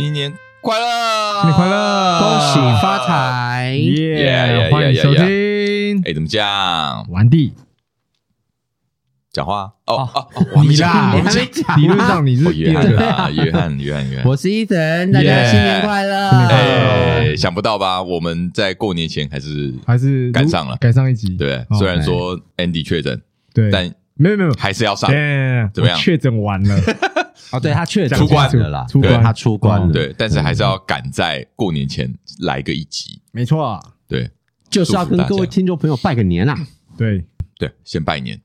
快乐，新年快乐恭喜发！财！耶！ Yeah, 啊欢迎 yeah, yeah, 收听。哎，怎么讲？完毕。讲话哦哦哦哦，我们你啦，讲，我你们还讲没讲理论上你哦，是第约二翰个。啊，约翰，约翰，哦约翰。我是伊森，大家 Yeah 新年快乐！新年快乐哎，想不到吧？我们在过年前还是还是赶上了赶上一集。对，嗯哦虽然说 Andy 确诊，对，但没有没有，没有还是要上。哦对怎么样我确诊完 了，哦，对他确诊出关了啦，出对关他出关了，，对，但是还是要赶在过年前来个一集。没错，对就是要跟各位听众朋友拜个年啦。啊对，对，先拜年。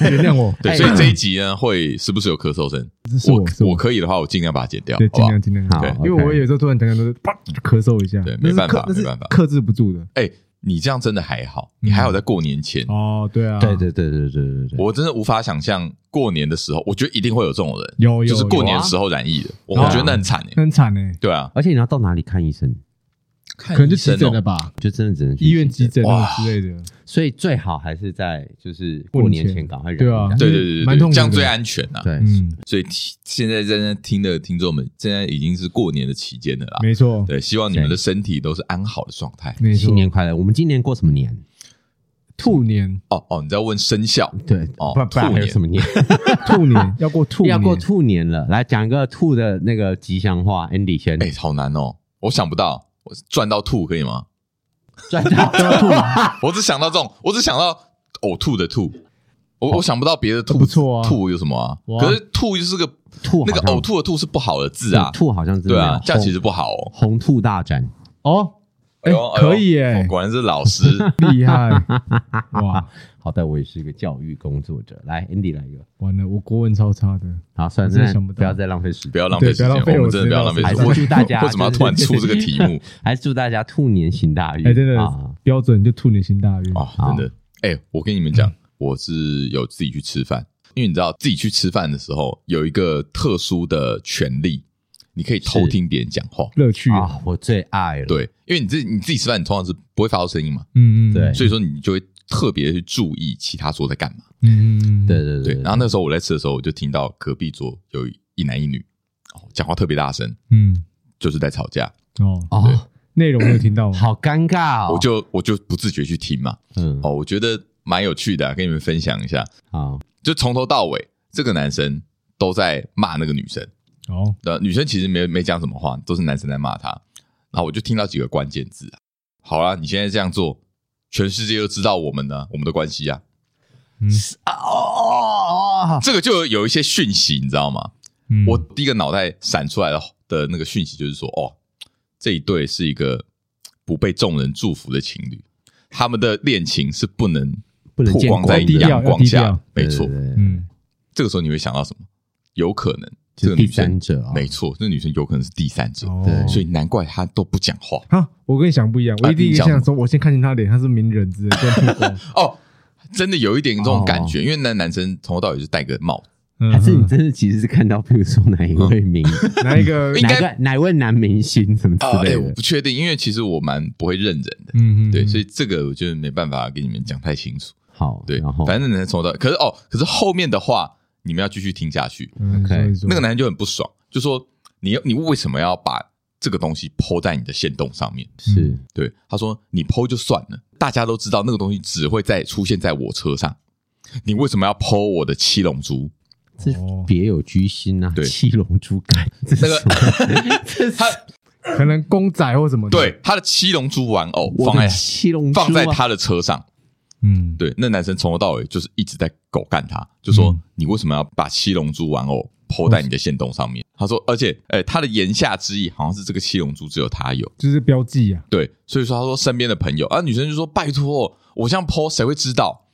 原谅我，对，哎所以这一集呢，会时不时有咳嗽声。这是我我是我可以的话，我尽量把它剪掉，对，尽好不好量？尽量，好对因为 OK 我有时候突然等等都是啪就咳嗽一下，对那是没办法克那是没办法克制不住的。哎，你这样真的还好，你还好在过年前。哦，对啊，对对对对对对对，我真的无法想象过年的时候，我觉得一定会有这种人，有有就是过年有的啊时候染疫的，我有啊我觉得那很惨哎。很惨哎，对啊，而且你要到哪里看医生，可可能就急诊了吧，就真的只能去医院急诊哦哇啊之类的，所以最好还是在就是过年前赶快染对啊一下对对对对蛮痛苦的对，这样最安全啊。对，嗯，所以听现在正在听的听众们，现在已经是过年的期间了啦。没错，对，希望你们的身体都是安好的状态。没错，新年快乐！我们今年过什么年？兔年，哦哦，你在问生肖对，不哦不然兔还有年什么年？兔年要过兔 年，要过兔年了，来讲一个兔的那个吉祥话，Andy 先哎、好难哦，我想不到，我赚到吐可以吗？赚到兔 我只想到这种，我只想到呕吐的吐，我、我想不到别的吐，哦不错啊吐有什么啊？哇可是吐就是个兔那个呕吐的吐是不好的字啊，兔好像真的对啊没有，这样其实不好哦。红兔大展，哦，哎呦，呦可以耶哦果然是老师。厉害，哇，好歹我也是一个教育工作者，来 Andy 来一个，完了，我国文超差的，好，算了，真的那想不到不要再浪费时不间，要浪费时间，对不要浪费我我们真的不要浪费时还间。是祝大家 为什么要突然出这个题目还是祝大家兔年行大运，哎，真的啊，标准就兔年行大运，啊？真的，哎、我跟你们讲，我是有自己去吃饭，因为你知道自己去吃饭的时候有一个特殊的权利，你可以偷是听别人讲话。乐趣啊，啊，我最爱了，对，因为你自己你自己吃饭，你通常是不会发出声音嘛，嗯嗯，对所以说你就会特别去注意其他桌在干嘛。嗯嗯，嗯对，对对，对，然后那时候我在吃的时候，我就听到隔壁桌有一男一女，哦，讲话特别大声，嗯，就是在吵架。哦，哦，内容你有听到吗？好尴尬哦，我就我就不自觉去听嘛。嗯哦，我觉得蛮有趣的啊、跟你们分享一下。好，就从头到尾，这个男生都在骂那个女生，哦，呃，女生其实没没讲什么话，都是男生在骂她。然后我就听到几个关键字啊，好啦，你现在这样做，全世界都知道我们呢，我们的关系啊，嗯啊哦哦哦，这个就有一些讯息，你知道吗？嗯我第一个脑袋闪出来的的那个讯息就是说，哦，这一对是一个不被众人祝福的情侣，他们的恋情是不能不能曝见光在光的阳光要低下调，没错对。对对嗯，这个时候你会想到什么？有可能这就个是女第生三者啊，没错，那女生有可能是第三者，哦对所以难怪她都不讲话。啊，我跟你想不一样，我啊一定你想想说，我先看见他脸，他是名人之类，这样曝 光哦，真的有一点这种感哦觉，因为那男生从头到尾就戴个帽子，嗯还是你真的其实是看到，比如说哪一位明拿一个嗯应，哪该个哪位男明星什么之啊，哎、类我的，不确定，因为其实我蛮不会认人的，嗯嗯， 对，所以以这个我就没办法跟你们讲太清楚，好，对然后，反正男生从头到，可是哦，可是后面的话你们要继续听下去，嗯 OK，那个男人就很不爽，就说你你为什么要把这个东西抛在你的线洞上面？是对，他说你剖就算了，大家都知道那个东西只会在出现在我车上，你为什么要剖我的七龙珠？这哦别有居心啊，对七龙珠感，这是那个什么这是他可能公仔或什么，对，他的七龙珠玩偶 我放在的七龙珠啊放在他的车上，嗯，对，那男生从头到尾就是一直在狗干他，就说、嗯你为什么要把七龙珠玩偶剖在你的线洞上面？他说，而且，哎、他的言下之意好像是这个七龙珠只有他有，就是标记啊，对，所以说他说身边的朋友啊，女生就说拜托，我这样剖谁会知道？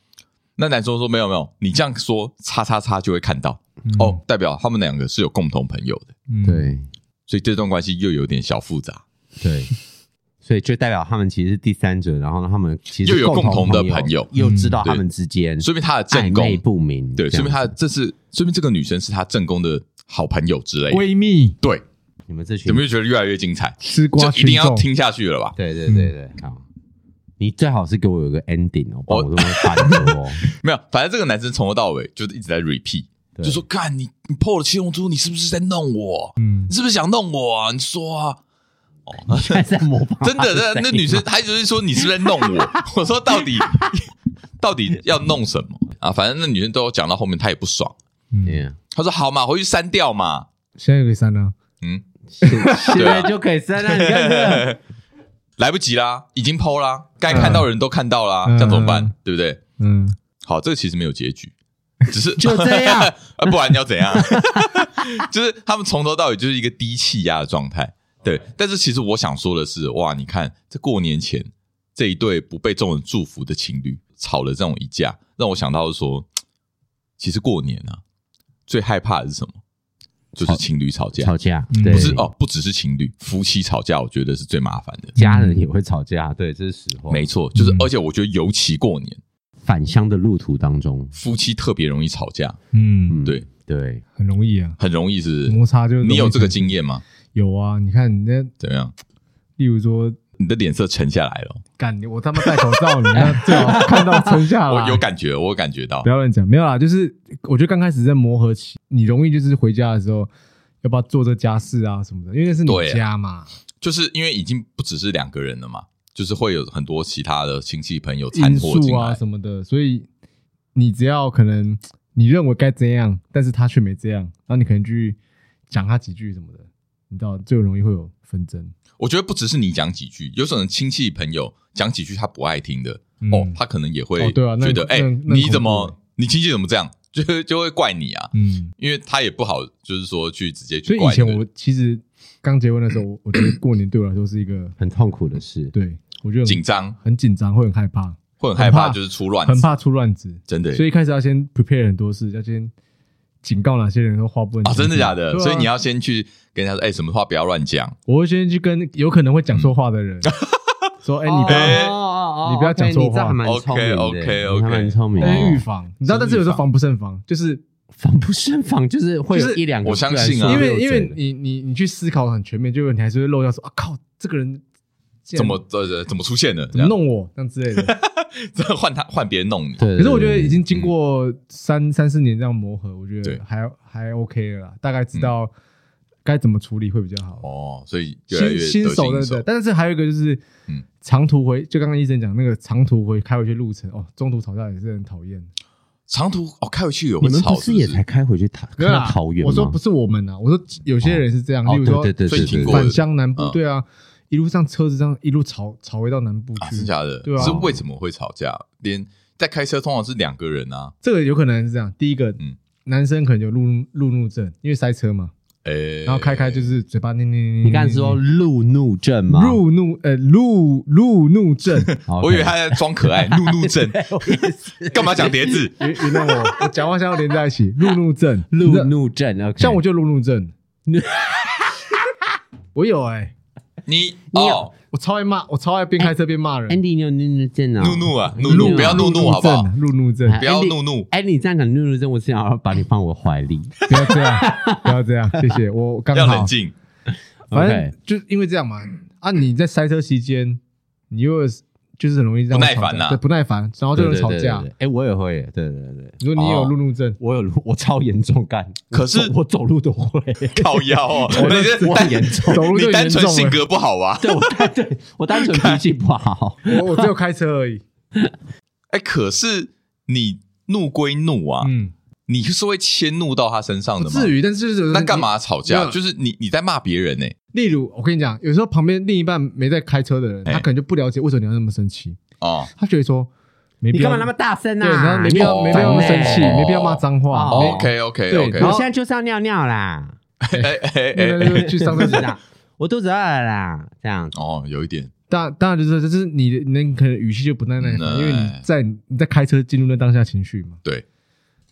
那男生说没有没有，你这样说，叉叉叉就会看到。嗯哦，，代表他们两个是有共同朋友的，嗯，对所以这段关系又有点小复杂，对， 所以就代表他们其实是第三者，然后他们其实又有共同的朋朋友又知道嗯对他们之间说明他的暧正昧宫不明，对，这说样明他的这是说明这个女生是他正宫的好朋友之类的。闺蜜对，你们这群有没有觉得越来越精彩？吃瓜就一群定要众，听下去了吧？对对对对，嗯好，你最好是给 我有个 ending 哦，不然我都会反驳哦。没有，反正这个男生从头到尾就是一直在 repeat，对就说干你你破了七龙珠，你是不是在弄我？嗯你，是不是想弄我啊？你说 啊，现在在模仿他真的，声那音啊那女生她就是说你是不是在 弄我？我说到底到底要弄什么啊？反正那女生都讲到后面，她也不爽，嗯， Yeah 她说好嘛，回去删掉嘛。现在可以删了，嗯，现现在就可以删了，你看这 个来不及啦，已经剖啦，该看到的人都看到啦，这样怎么办嗯？对不对？嗯，好，这个其实没有结局，只是就这样 啊，不然你要怎样？ 就是他们从头到尾就是一个低气压的状态。对，嗯但是其实我想说的是，哇，你看这过年前这一对不被众人祝福的情侣吵了这种一架，让我想到说，其实过年啊，最害怕的是什么？就是情侣吵架，吵架嗯，对啊不是哦，不只是情侣，夫妻吵架，我觉得是最麻烦的。家人也会吵架，对，这是实话。没错，就是嗯而且我觉得尤其过年，返乡的路途当中，夫妻特别容易吵架，嗯，嗯对对，很容易啊，很容易是不摩是。擦就你有这个经经验吗？有啊？你看你那，怎么样？例如说，你的脸色沉下来了，干你我他妈戴口罩，你 那最好看到撑下来，我有感觉，我有感觉到不。要乱讲，没有啦，就是我觉得刚开始在磨合期，你容易就是回家的时候，要不要做这家事啊什么的，因为那是对你啊家嘛，就是因为已经不只是两个人了嘛，就是会有很多其他的亲戚朋友掺因和进素啊来。什么的，所以你只要可能你认为该怎样，但是他却没这样，然后你可能去讲他几句什么的，你知道最容易会有纷争。我觉得不只是你讲几句，有可能亲戚朋友讲几句他不爱听的，嗯哦，他可能也会哦对啊那觉得，那哎、那你很怎恐么，你亲戚怎么这样， 就就会怪你啊，嗯，因为他也不好，就是说去直接所去以怪以你的。前我其实刚结婚的时候，我我觉得过年对我来说是一个，很痛苦的事。对我觉得很紧张，很紧张，会很害怕，会很害怕，很怕就是出乱很子，怕出乱子。真的所以一开始要先 prepare 很多事，要先警告哪些人说话不能啊，真的假的？对啊所以你要先去跟人家说，哎、什么话不要乱讲。我会先去跟有可能会讲错话的 人说：“哎，你不要哎哦哎你不要讲错话你这样还蛮聪明的 OK，OK，OK 你还蛮聪明的。哎先预防。”你知道，但是有时候防不胜防，就是防不胜防，就是会就有是一两个我相信啊因突然说为漏嘴因了为你你你去思考很全面，就你还是会漏掉说：“啊靠，这个人竟然怎么呃怎么出现的？怎么弄我这样之类的。这样 换他换别人弄你，”对，可是我觉得已经经经过三三四年这样磨合，我觉对得还还 OK 了啦，大概知道该怎么处理会比较好。哦，所以越来越新得新手心的应对，但是还有一个就是，嗯长途回，就刚刚医生讲那个长途回开回去路程，哦，中途吵架也是很讨厌。长途哦开回去有你会们吵，不是是不也是才开回去桃没开有到啦桃啊园吗？我说不是我们啊，我说有些人是这样，哦例如说对对对所以你对听对过对，返乡南部嗯，对啊，一路上车子这样一路吵吵回到南部啊，去真，假的？对啊是为什么会吵架？连在开车通常是两个人啊，这个有可能是这样。第一个嗯，男生可能有路怒路怒症，因为塞车嘛，诶，然后开开就是嘴巴念念念。你刚才说路怒症吗？路怒呃路路怒症， 好，OK，我以为 他在装可爱，怒怒症，对我也是干嘛讲叠字？原原谅我，我讲话像要连在 一起，路怒症，路怒症。OK，像我就路怒症， 我有哎、 你你有哦，我超爱骂，我超爱边开车边骂人。 Andy，你有怒怒症啊？怒怒啊，怒路啊怒，哎不要怒怒好不好？路怒症，哎不要 Andy- 怒怒，哎，你这样讲怒怒症，我是想要把你放我怀里。不要这样，不要这样，谢谢。我刚要冷好，静。反 OK 正就是因为这样嘛。啊，你在塞车期间，你又就是很容易让不耐烦呐对，不耐烦，然后就哦能吵对架。。哎，我也会，对对对。你说你有哦路怒 症，我有路，我超严重干，可是我走我走路都会，靠腰 哦，我那是我单很严重，走路就你单严重纯性了。格不好啊 吧？对我单对我单纯脾气不好， 我我只有开车而已。哎，可是你怒归怒啊，嗯，你是会迁怒到他身上不的吗？至于，但是就是那干？嘛吵嗯架？那就是你你在骂别人呢？例如，我跟你讲，有时候旁边另一半没在开车的人，哎他可能就不了解为什么你要那么生气，哦，他觉得说没你必要干嘛那么大声对，然啊？后没必要哦没必要生气，哦没必要骂脏话。哦没 OK OK 对 OK，然我后现在就是要尿尿啦，哎哎没有没哎，有没有去上就厕 是啊这所。样，我肚子饿了啦，这样子。哦，有一点，当当然就是就是你的，那可能语气就不耐耐嗯烦，因为你在你在开车进入那当下情绪嘛，对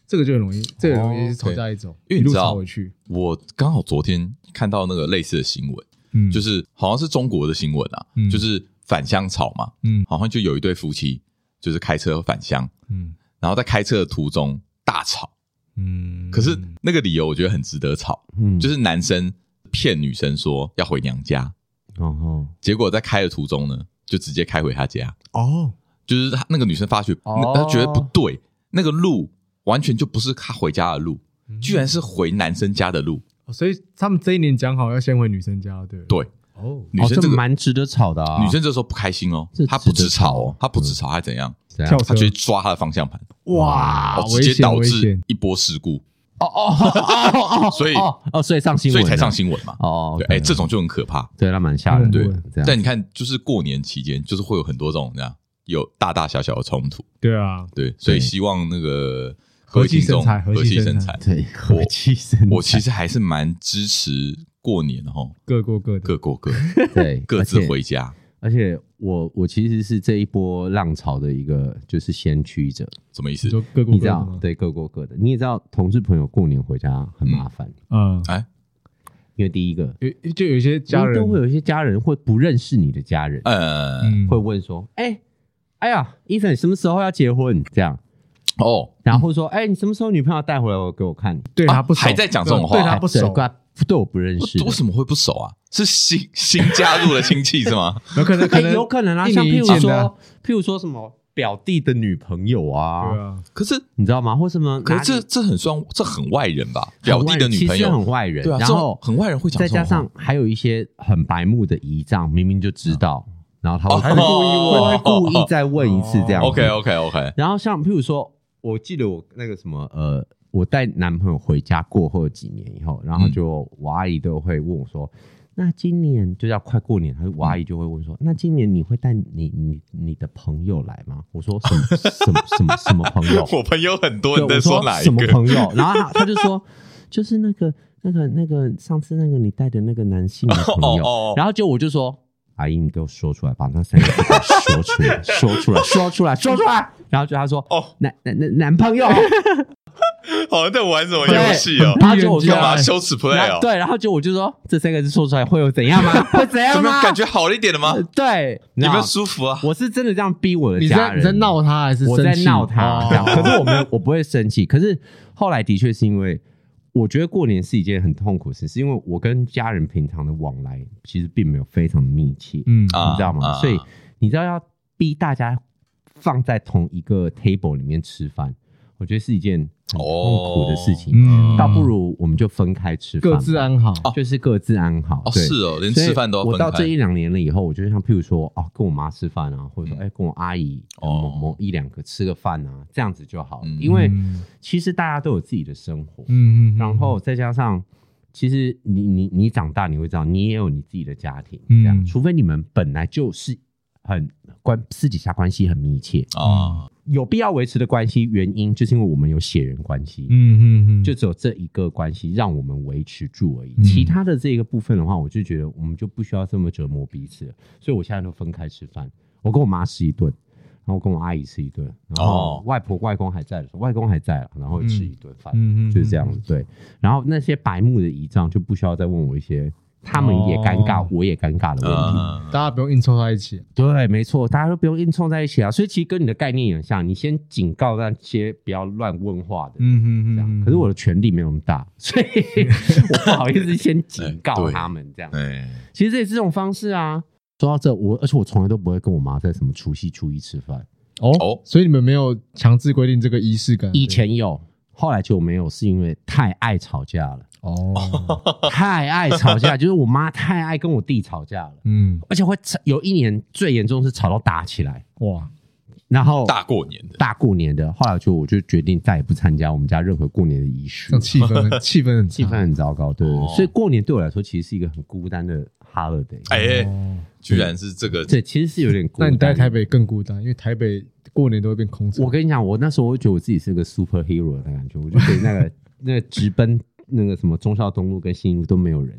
这个就很容易，这个容易是哦吵架一种，因为一你路知道吵回去，我刚好昨天看到那个类似的新闻，嗯就是好像是中国的新闻啊，嗯就是返乡潮嘛，嗯好像就有一对夫妻就是开车返乡，嗯然后在开车的途中大吵，嗯可是那个理由我觉得很值得吵，嗯就是男生骗女生说要回娘家，哦结果在开的途中呢，就直接开回他家，哦，就是他那个女生发觉，哦那她觉得不对，那个路完全就不是她回家的路，居然是回男生家的路。哦所以他们这一年讲好要先回女生家，对不对，哦，女生哦这个蛮值得吵的啊。女生这时候不开心哦这，她不值止得吵哦吵，她不止吵，还怎样？怎样啊跳她车去抓她的方向盘，哇哦，啊危直接险导危致险，一波事故，哦哦哦哦哦，所以哦哦，所以上新所闻了，以才上新闻嘛。哦，对， OK 啊哎，这种就很可怕。对，那蛮吓人的，对这样。但你看，就是过年期间，就是会有很多这种这样有大大小小的冲突。对啊，对，所以对希望那个和各位气听众生财和和气气生生财财。对，和气生财我其实还是蛮支持过年哦哈，各过各的，各过各， 对各而自且回家。而且我我其实是这一波浪潮的一个就是先驱者，什么意思你？说各过你各知的道吗？，对，各过各的。你也知道，同志朋友过年回家很麻烦，嗯，哎因为第一个，有就有一些家人都会有一些家人会不认识你的家人，呃，嗯会问说，哎、哎呀，伊森什么时候要结婚？这样，嗯哦，然后说，哎、你什么时候女朋友带回来我给我看？对他啊不熟，还在讲这种话对他不对熟，怪对我不认识的为。什么会不熟啊？是新 新加入的亲戚是 吗？有可能可哎、能有可能啊，一像年譬一如见的啊说，譬如说什么表弟的女朋友啊，对啊，可是，你知道吗？或什么可哪是里？这这很算这很外人吧？很表外弟的女朋其实友很，外人，对啊，然这后种很外人会讲再这种加话，上还有一些很白目的姨丈，明明就知道，然后他会哦会故意哦再问一次这样子。 OK OK OK，然后像譬如说，我记得我那个什么呃，我带男朋友回家过后几年以后，然后就我阿姨都会问我说。那今年就要快过年，她我阿姨就会问说：“那今年你会带你你你的朋友来吗？”我说：“什么什么什么什么朋友？” 我朋友很多哦对，人在我说哪一什么个？朋友？然后他他就说，就是那个那个那个上次那个你带的那个男性的朋友。哦哦哦然后就我就说，阿姨，你给我说出来，把那三个字给我说出来，说出来，说出来，说出来。然后就他说，哦，男男男男朋友，好像在玩什么对游戏哦？然后就我说干嘛羞耻 play 然哦后？对，然后就我就说这三个字说出来会有怎样吗？会怎样怎么吗？样感觉好了一点了吗呃？啊对，有然没有后舒服啊？我是真的这样逼我的你家在人。你在闹他还是我在生气闹他哦，这样可是我没有，我不会生气。可是后来的确是因为，我觉得过年是一件很痛苦的事，是因为我跟家人平常的往来其实并没有非常的密切，嗯啊你知道吗？啊所以你知道要逼大家放在同一个 table 里面吃饭，我觉得是一件很痛苦的事情，嗯倒不如我们就分开吃饭吧，各自安好，就是各自安好。哦，对是哦，连所以吃饭都要我分到这开一两年了以后，我就像譬如说，哦，跟我妈吃饭啊，或者说，哎、跟我阿姨哦哦某某一两个吃个饭啊，这样子就好了。嗯因为嗯其实大家都有自己的生活，嗯嗯，嗯然后再加上，其实你你你长大你会知道，你也有你自己的家庭，嗯这样，除非你们本来就是很关私底下关系很密切，啊。有必要维持的关系，原因就是因为我们有血缘关系，嗯嗯嗯，就只有这一个关系让我们维持住而已。嗯其他的这个部分的话，我就觉得我们就不需要这么折磨彼此了。所以我现在都分开吃饭，我跟我妈吃一顿，然后我跟我阿姨吃一顿，然后哦外婆外公还在的时候，外公还在了，然后会吃一顿饭，嗯嗯就是这样子。对，然后那些白目的姨丈就不需要再问我一些。他们也尴尬，哦我也尴尬的问题。嗯，大家不用硬凑在一起，对，没错，大家都不用硬凑在一起啊。所以其实跟你的概念也很像，你先警告那些不要乱问话的人嗯嗯这嗯样。嗯，可是我的权力没有那么大，所 以我不好意思先警告他们这样。哎，其实这也是这种方式啊。说到这，我而且我从来都不会跟我妈在什么除夕、初一吃饭，哦哦，所以你们没有强制规定这个仪式感，以前有，后来就没有，是因为太爱吵架了，哦，太爱吵架，就是我妈太爱跟我弟吵架了，嗯，而且会吵有一年最严重是吵到打起来，哇，然后大过年的，大过年的，后来就我就决定再也不参加我们家任何过年的仪式，这样气 氛气氛很气氛很糟糕，对对对哦所以过年对我来说其实是一个很孤单的 holiday。哎哎，哎，哦居然是这个，对，其实是有点孤单。那你待台北更孤单，因为台北过年都会变空城，我跟你讲，我那时候我觉得我自己是个 super hero 的感觉，我就觉得那个那个直奔那个什么忠孝东路跟新路都没有人。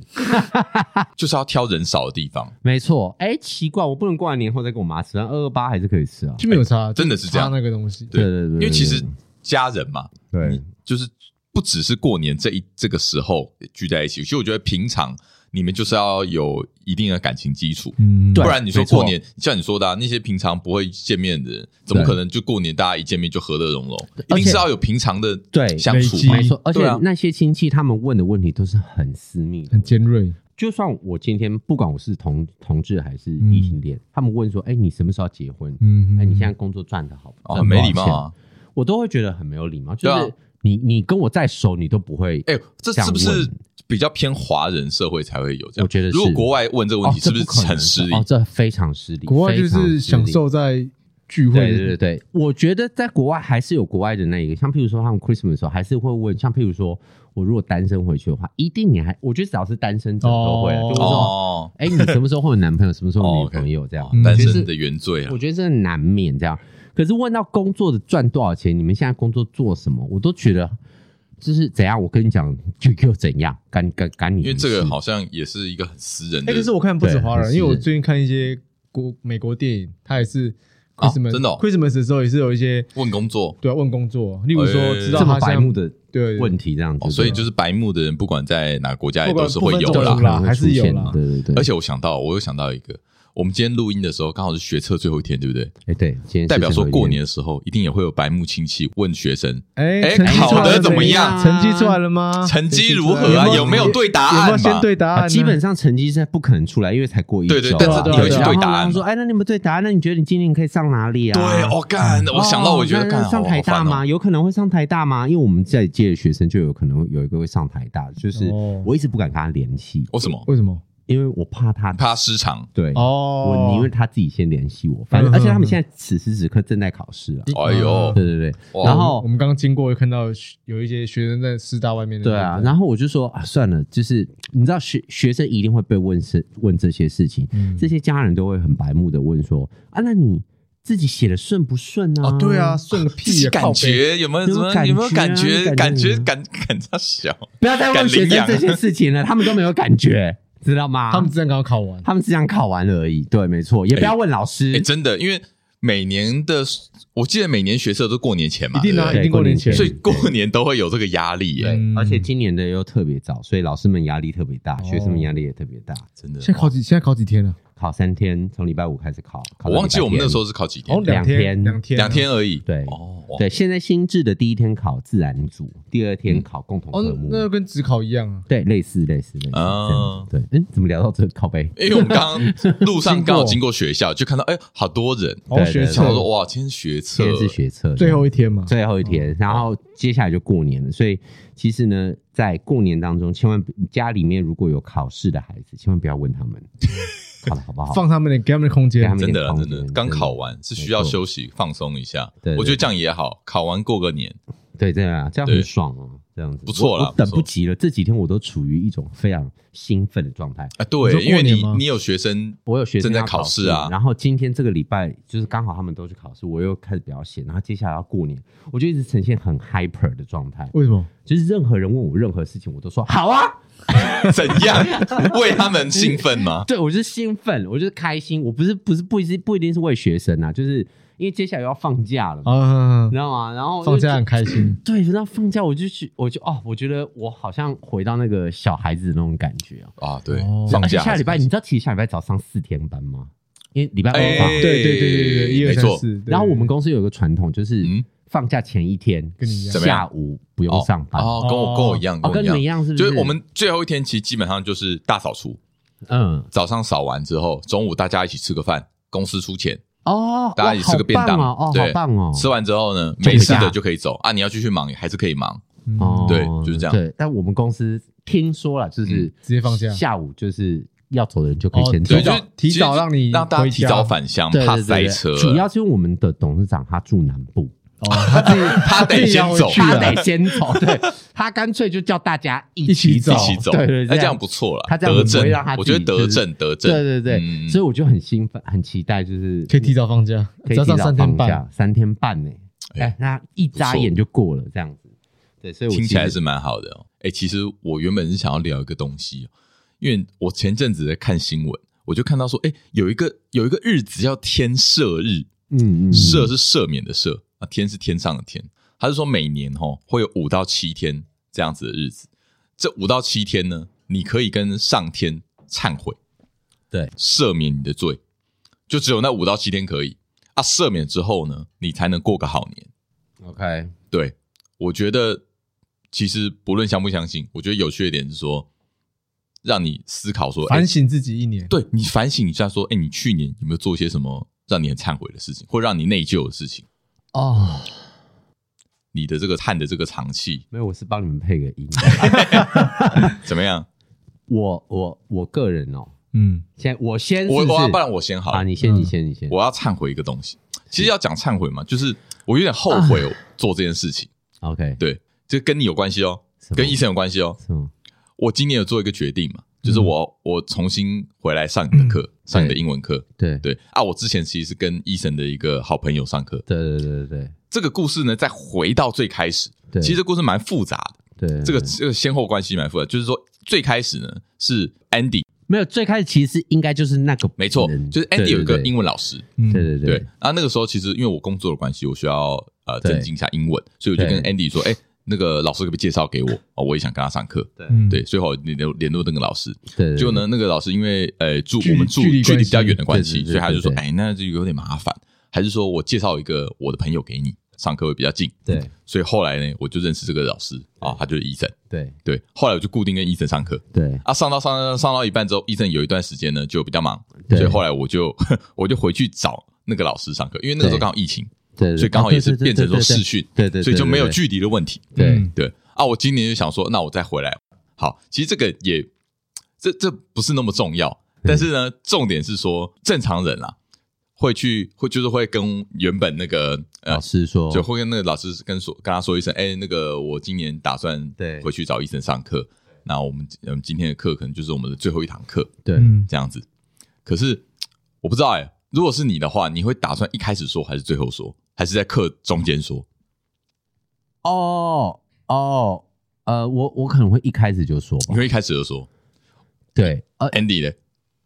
就是要挑人少的地方，没错，哎，奇怪，我不能过完年后再跟我妈吃饭，二二八还是可以吃啊。就没有差，真的是这样差那个东西，对对对对，因为其实对家人嘛，对就是不只是过年这一这个时候聚在一起，其实我觉得平常你们就是要有一定的感情基础。嗯，不对然你说没错过年，像你说的、啊、那些平常不会见面的人，怎么对可能就过年大家一见面就和乐融融？一而且定是要有平常的对相处累积嘛没错，而且对啊那些亲戚他们问的问题都是很私密的很，尖锐，就算我今天不管我是同同志还是异性嗯恋，他们问说，哎，你什么时候要结婚？嗯，哎，你现在在工作赚的好不？哦，赚很多没少礼貌钱啊！我都会觉得很没有礼貌，就对是啊你你跟我再熟，你都不会。哎、这是想不是问比较偏华人社会才会有这样？我觉得是如果国外问这个问哦题，是这是可能很失礼？哦，这非常失礼。国外就非常失是礼享。受在聚会对的，对对对，我觉得在国外还是有国外的那一个，像譬如说他们 Christmas 的时候，还是会问，像譬如说我如果单身回去的话，一定你还，我觉得只要是单身者都会，啊哦就是说，哦，哎、你什么时候会有男朋友，什么时候有女朋友这样，嗯单就身是的原罪啊我！觉得这难免这样。可是问到工作的赚多少钱，你们现在工作做什么，我都觉得就是怎样。我跟你讲，就又怎样，干干干你因屁事。为这个好像也是一个很私人的，哎，可是我看不止对华人，很因为我私人最近看一些国美国电影，它也是啊 Christmas，真的哦 Christmas 的时候也是有一些问工作对啊问工作，例如哎说知道这么他白像目的对问题这样子，哦，所以就是白目的人，不管在哪个国家也都是会有不管不分啦种。族啦还是有啦对对对，而且我想到，我又想到一个，我们今天录音的时候刚好是学测最后一天，对不对？哎对，今天代表说过年的时候一定也会有白目亲戚问学生哎哎成绩考出来得了怎么没样成绩出来了吗？成绩如何啊，有没有有没有对答有没有案嘛先？对答案啊，呢？基本上成绩是不可能出来，因为才过一周啊，对对但是你会去对答案嘛然后然后说，哎，那你们对答案，那你觉得你今年可以上哪里啊？对，我干，我想到我觉得哦那干上台大？好好吗？烦哦有可能会上台大吗？因为我们在届的学生就有可能有一个会上台大，就是哦我一直不敢跟他联系，为什么？为什么？因为我怕他怕失常。对，哦，我宁愿他自己先联系我，反正嗯而且他嗯们现在此时此刻正在考试啊，哎呦，对对对，哇然后哦我们刚刚经过，有看到有一些学生在师大外面的。对啊，然后我就说啊，算了，就是你知道学学生一定会被问是问这些事情，嗯这些家人都会很白目的问说啊，那你自己写的顺不顺啊？哦，对啊，，顺个自屁己呀！靠感北，觉有没有什么？有有没没有有感感觉？觉感感觉觉感 感他小，不要再敢问学领生养这些事情了，他们都没有感觉，知道啊吗？他们只想刚好考完，他们只想考完而已，对，没错，也不要问老师，哎，真的，因为每年的，我记得每年学社都过年前嘛，一定对不啊，对一定过年前。所以哎过年都会有这个压力耶，嗯而且今年的又特别早，所以老师们压力特别大，学生们压力也特别大，哦真的。现在考几？现在考几天了？考三天，从礼拜五开始考，考到我忘记礼拜我们那天时候是考几天哦，，两天两天，两。天而已。对哦，哇对，现在新制的第一天考自然组，第二嗯天考共同哦科目，，那就跟职考一样啊。对，类似类似类似这哦样子。对，嗯，怎么聊到这靠背？因为我们刚刚路上刚好经过学校，就看到哎，好多人。哦，学想说测哇，今天学测现在是学测，最后一一天嘛。最后一嗯天，然后接下来就过年了，所以其实呢，在过年当中，千万不家里面如果有考试的孩子，千万不要问他 们，好了，好不好？放他们的，给他们的空给间他。们真一点的啦空真的间刚考完是需要没错休息放松一下对，对我觉得这样也好，考完过个年。对，这样啊，这样对很爽哦，这样子不错啦我我等不不错及了，这几天我都处于一种非常兴奋的状态。啊，你说对，过因为你年吗你有学生，我有学生正在要考试试 啊 然后今天这个礼拜就是刚好他们都去考试，我又开始表现，然后接下来要过年，我就一直呈现很 hyper 的状态，为什么？就是任何人问我任何事情，我都说好啊，怎样 为他们兴奋吗？对我就是兴奋，我就是开心，我不是不是不一定不一定是为学生啊，就是因为接下来要放假了嘛，啊你，知道吗？然后我就放假很开心。对，那放假我就去，我就哦，我觉得我好像回到那个小孩子的那种感觉啊。啊，对哦，放而且假哎下礼拜你知道，其实下礼拜早上四天班吗？因为礼拜二哎放。哦对对对对对对，一二没错三四。对然后我们公司有一个传统，就是嗯放假前一天跟你一样怎么样下午不用上班。哦，跟我哦跟我一样，哦，跟我你们一样，样是不？就是是我们最后一天其实基本上就是大扫除，嗯早上扫完之后，中午大家一起吃个饭，公司出钱，哦，大家一起吃个便当哇好棒哦，哦对好棒哦，吃完之后呢，就没回事家的就可以走啊，你要继续忙还是可以忙，嗯哦，对就是这样嗯对，但我们公司听说了，就是直接放假下午就是要走的人就可以哦先走提对，就早是提其实早让你让大家回提早家返乡，对怕对对塞对车，啊主要是因为我们的董事长他住南部，哦，他自己他得自己先要回走 去啊他了得先走，对他干脆就叫大 家一一起起一起走，哎对对，那这样样不错了，他这样德不政会让他，我自觉己得德就是政德政，对对对，嗯所以我就很兴奋，很期待，就是可以提早放假，可只以要提上早三放天半。假，三天半呢、哎、哎那一眨眼就过了，这样子。对，所以我听其起来实是蛮好的、哦。哎、其实我原本是想要聊一个东西哦，因为我前阵子在看新闻，我就看到说，哎、有一个有一个日子叫天赦日，嗯嗯嗯赦是赦免的赦，啊，天是天上的天。他是说每年哦会有五到七天这样子的日子，这五到七天呢，你可以跟上天忏悔，对，赦免你的罪，就只有那五到七天可以啊。赦免之后呢，你才能过个好年。 OK，对，我觉得其实不论相不相信，我觉得有趣的点是说，让你思考说，哎反，省自己一年，对你反省一下，说，哎，你去年有没有做些什么让你很忏悔的事情，或让你内疚的事情？哦，你的这个汗的这个长气没有，我是帮你们配个 音。怎么样？我我我个人哦，嗯，先我先我是不我是要不然我先好了啊，你先嗯你先你先，我要忏悔一个东西。其实要讲忏悔嘛，就是我有点后啊悔哦做这件事情。 OK 对，这跟你有关系哦什么，跟医生有关系哦。是吗？我今年有做一个决定嘛，就是嗯我我重新回来上你的课，上你的英文课。对对对啊，我之前其实是跟医生的一个好朋友上课。对对对对这个故事呢，再回到最开始，对，其实这故事蛮复杂的，对对这个对这个先后关系蛮复杂。就是说，最开始呢是 Andy，没有最开始其实应该就是那个没错人，就是 Andy 有一个英文，文老师，嗯嗯对对对对，啊，那个时候其实因为我工作的关系，我需要呃对增进一下英文，所以我就跟对 Andy 说，哎、那个老师可不可以介绍给我？哦，我也想跟他上课。嗯对，所以我联联络那个老师，对对，结果呢，那个老师因为呃住距离我们住距离距关离系比较远的关对系，对对所以他就说对，对哎，那就有点麻烦，还是说我介绍一个我的朋友给你，上课会比较近。对对所以后来呢，我就认识这个老师啊，他就是医生。对对，后来我就固定跟医生上课对啊，上到上上上到一半之后，医生有一段时间呢就比较忙，对所以后来我就 我就回去找那个老师上课，因为那个时候对刚好疫情，对，所以刚好也是变成说视视讯，对对，所以就没有去距离的问题。对嗯对啊，我今年就想说，那我再回来。好，其实这个也这这不是那么重要，嗯但是呢，重点是说正常人啊会去会就是会跟原本那个呃老师说就会跟那个老师跟说跟他说一声，哎、那个我今年打算对回去找医生上课，那我们我们今天的课可能就是我们的最后一堂课对嗯这样子。可是我不知道哎、如果是你的话，你会打算一开始说，还是最后说，还是在课中间说？哦哦呃，我我可能会一开始就说吧你，会一开始就说对，而，Andy 嘞？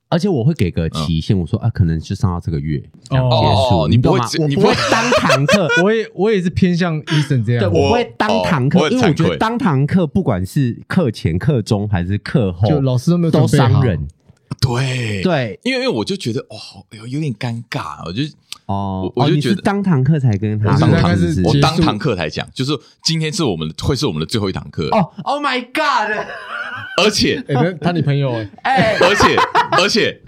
而且我会给个期限，我说啊，可能就上到这个月这样哦结嗯哦束，你不会懂吗直我你不不会会当堂课，我也我也是偏向医生这对，样，我不会当堂课，我因为我觉得我很惭愧当堂课不管是课前、课中还是课后，就老师都没有都准备好伤人。对，对因为因为我就觉得哇，哎呦有点尴尬，我就哦，我哦就你是觉得当堂课才跟他我们是当大概堂是是结不我是结当束堂课才讲，就是今天是我们的会是我们的最后一堂课，哦，Oh my God！而且哎，那他女朋友哎，哎，而且而且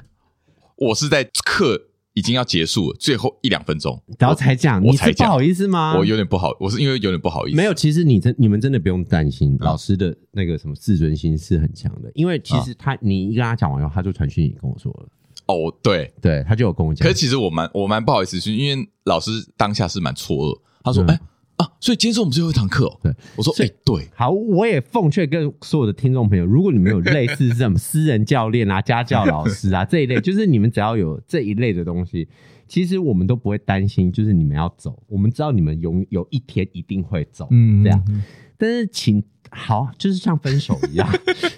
我是在课已经要结束了最后一两分钟，然后才讲，我你才是不讲好意思吗？我有点不好，我是因为有点不好意思，啊没有，其实你真你们真的不用担心，老师的那个什么自尊心是很强的，因为啊其实他你一跟他讲完以后，他就传讯息跟我说了，哦，对，对他就有跟我可讲是，其实我蛮我蛮不好意思，是因为老师当下是蛮错愕，他说嗯哎、啊，所以今天是我们最后一堂课、哦，对，我说所哎、以对，好，我也奉劝跟所有的听众朋友，如果你们有类似这种私人教练啊、家教老师啊这一类，就是你们只要有这一类的东西，其实我们都不会担心，就是你们要走，我们知道你们永有一天一定会走，嗯，这样。但是请好，就是像分手 一样，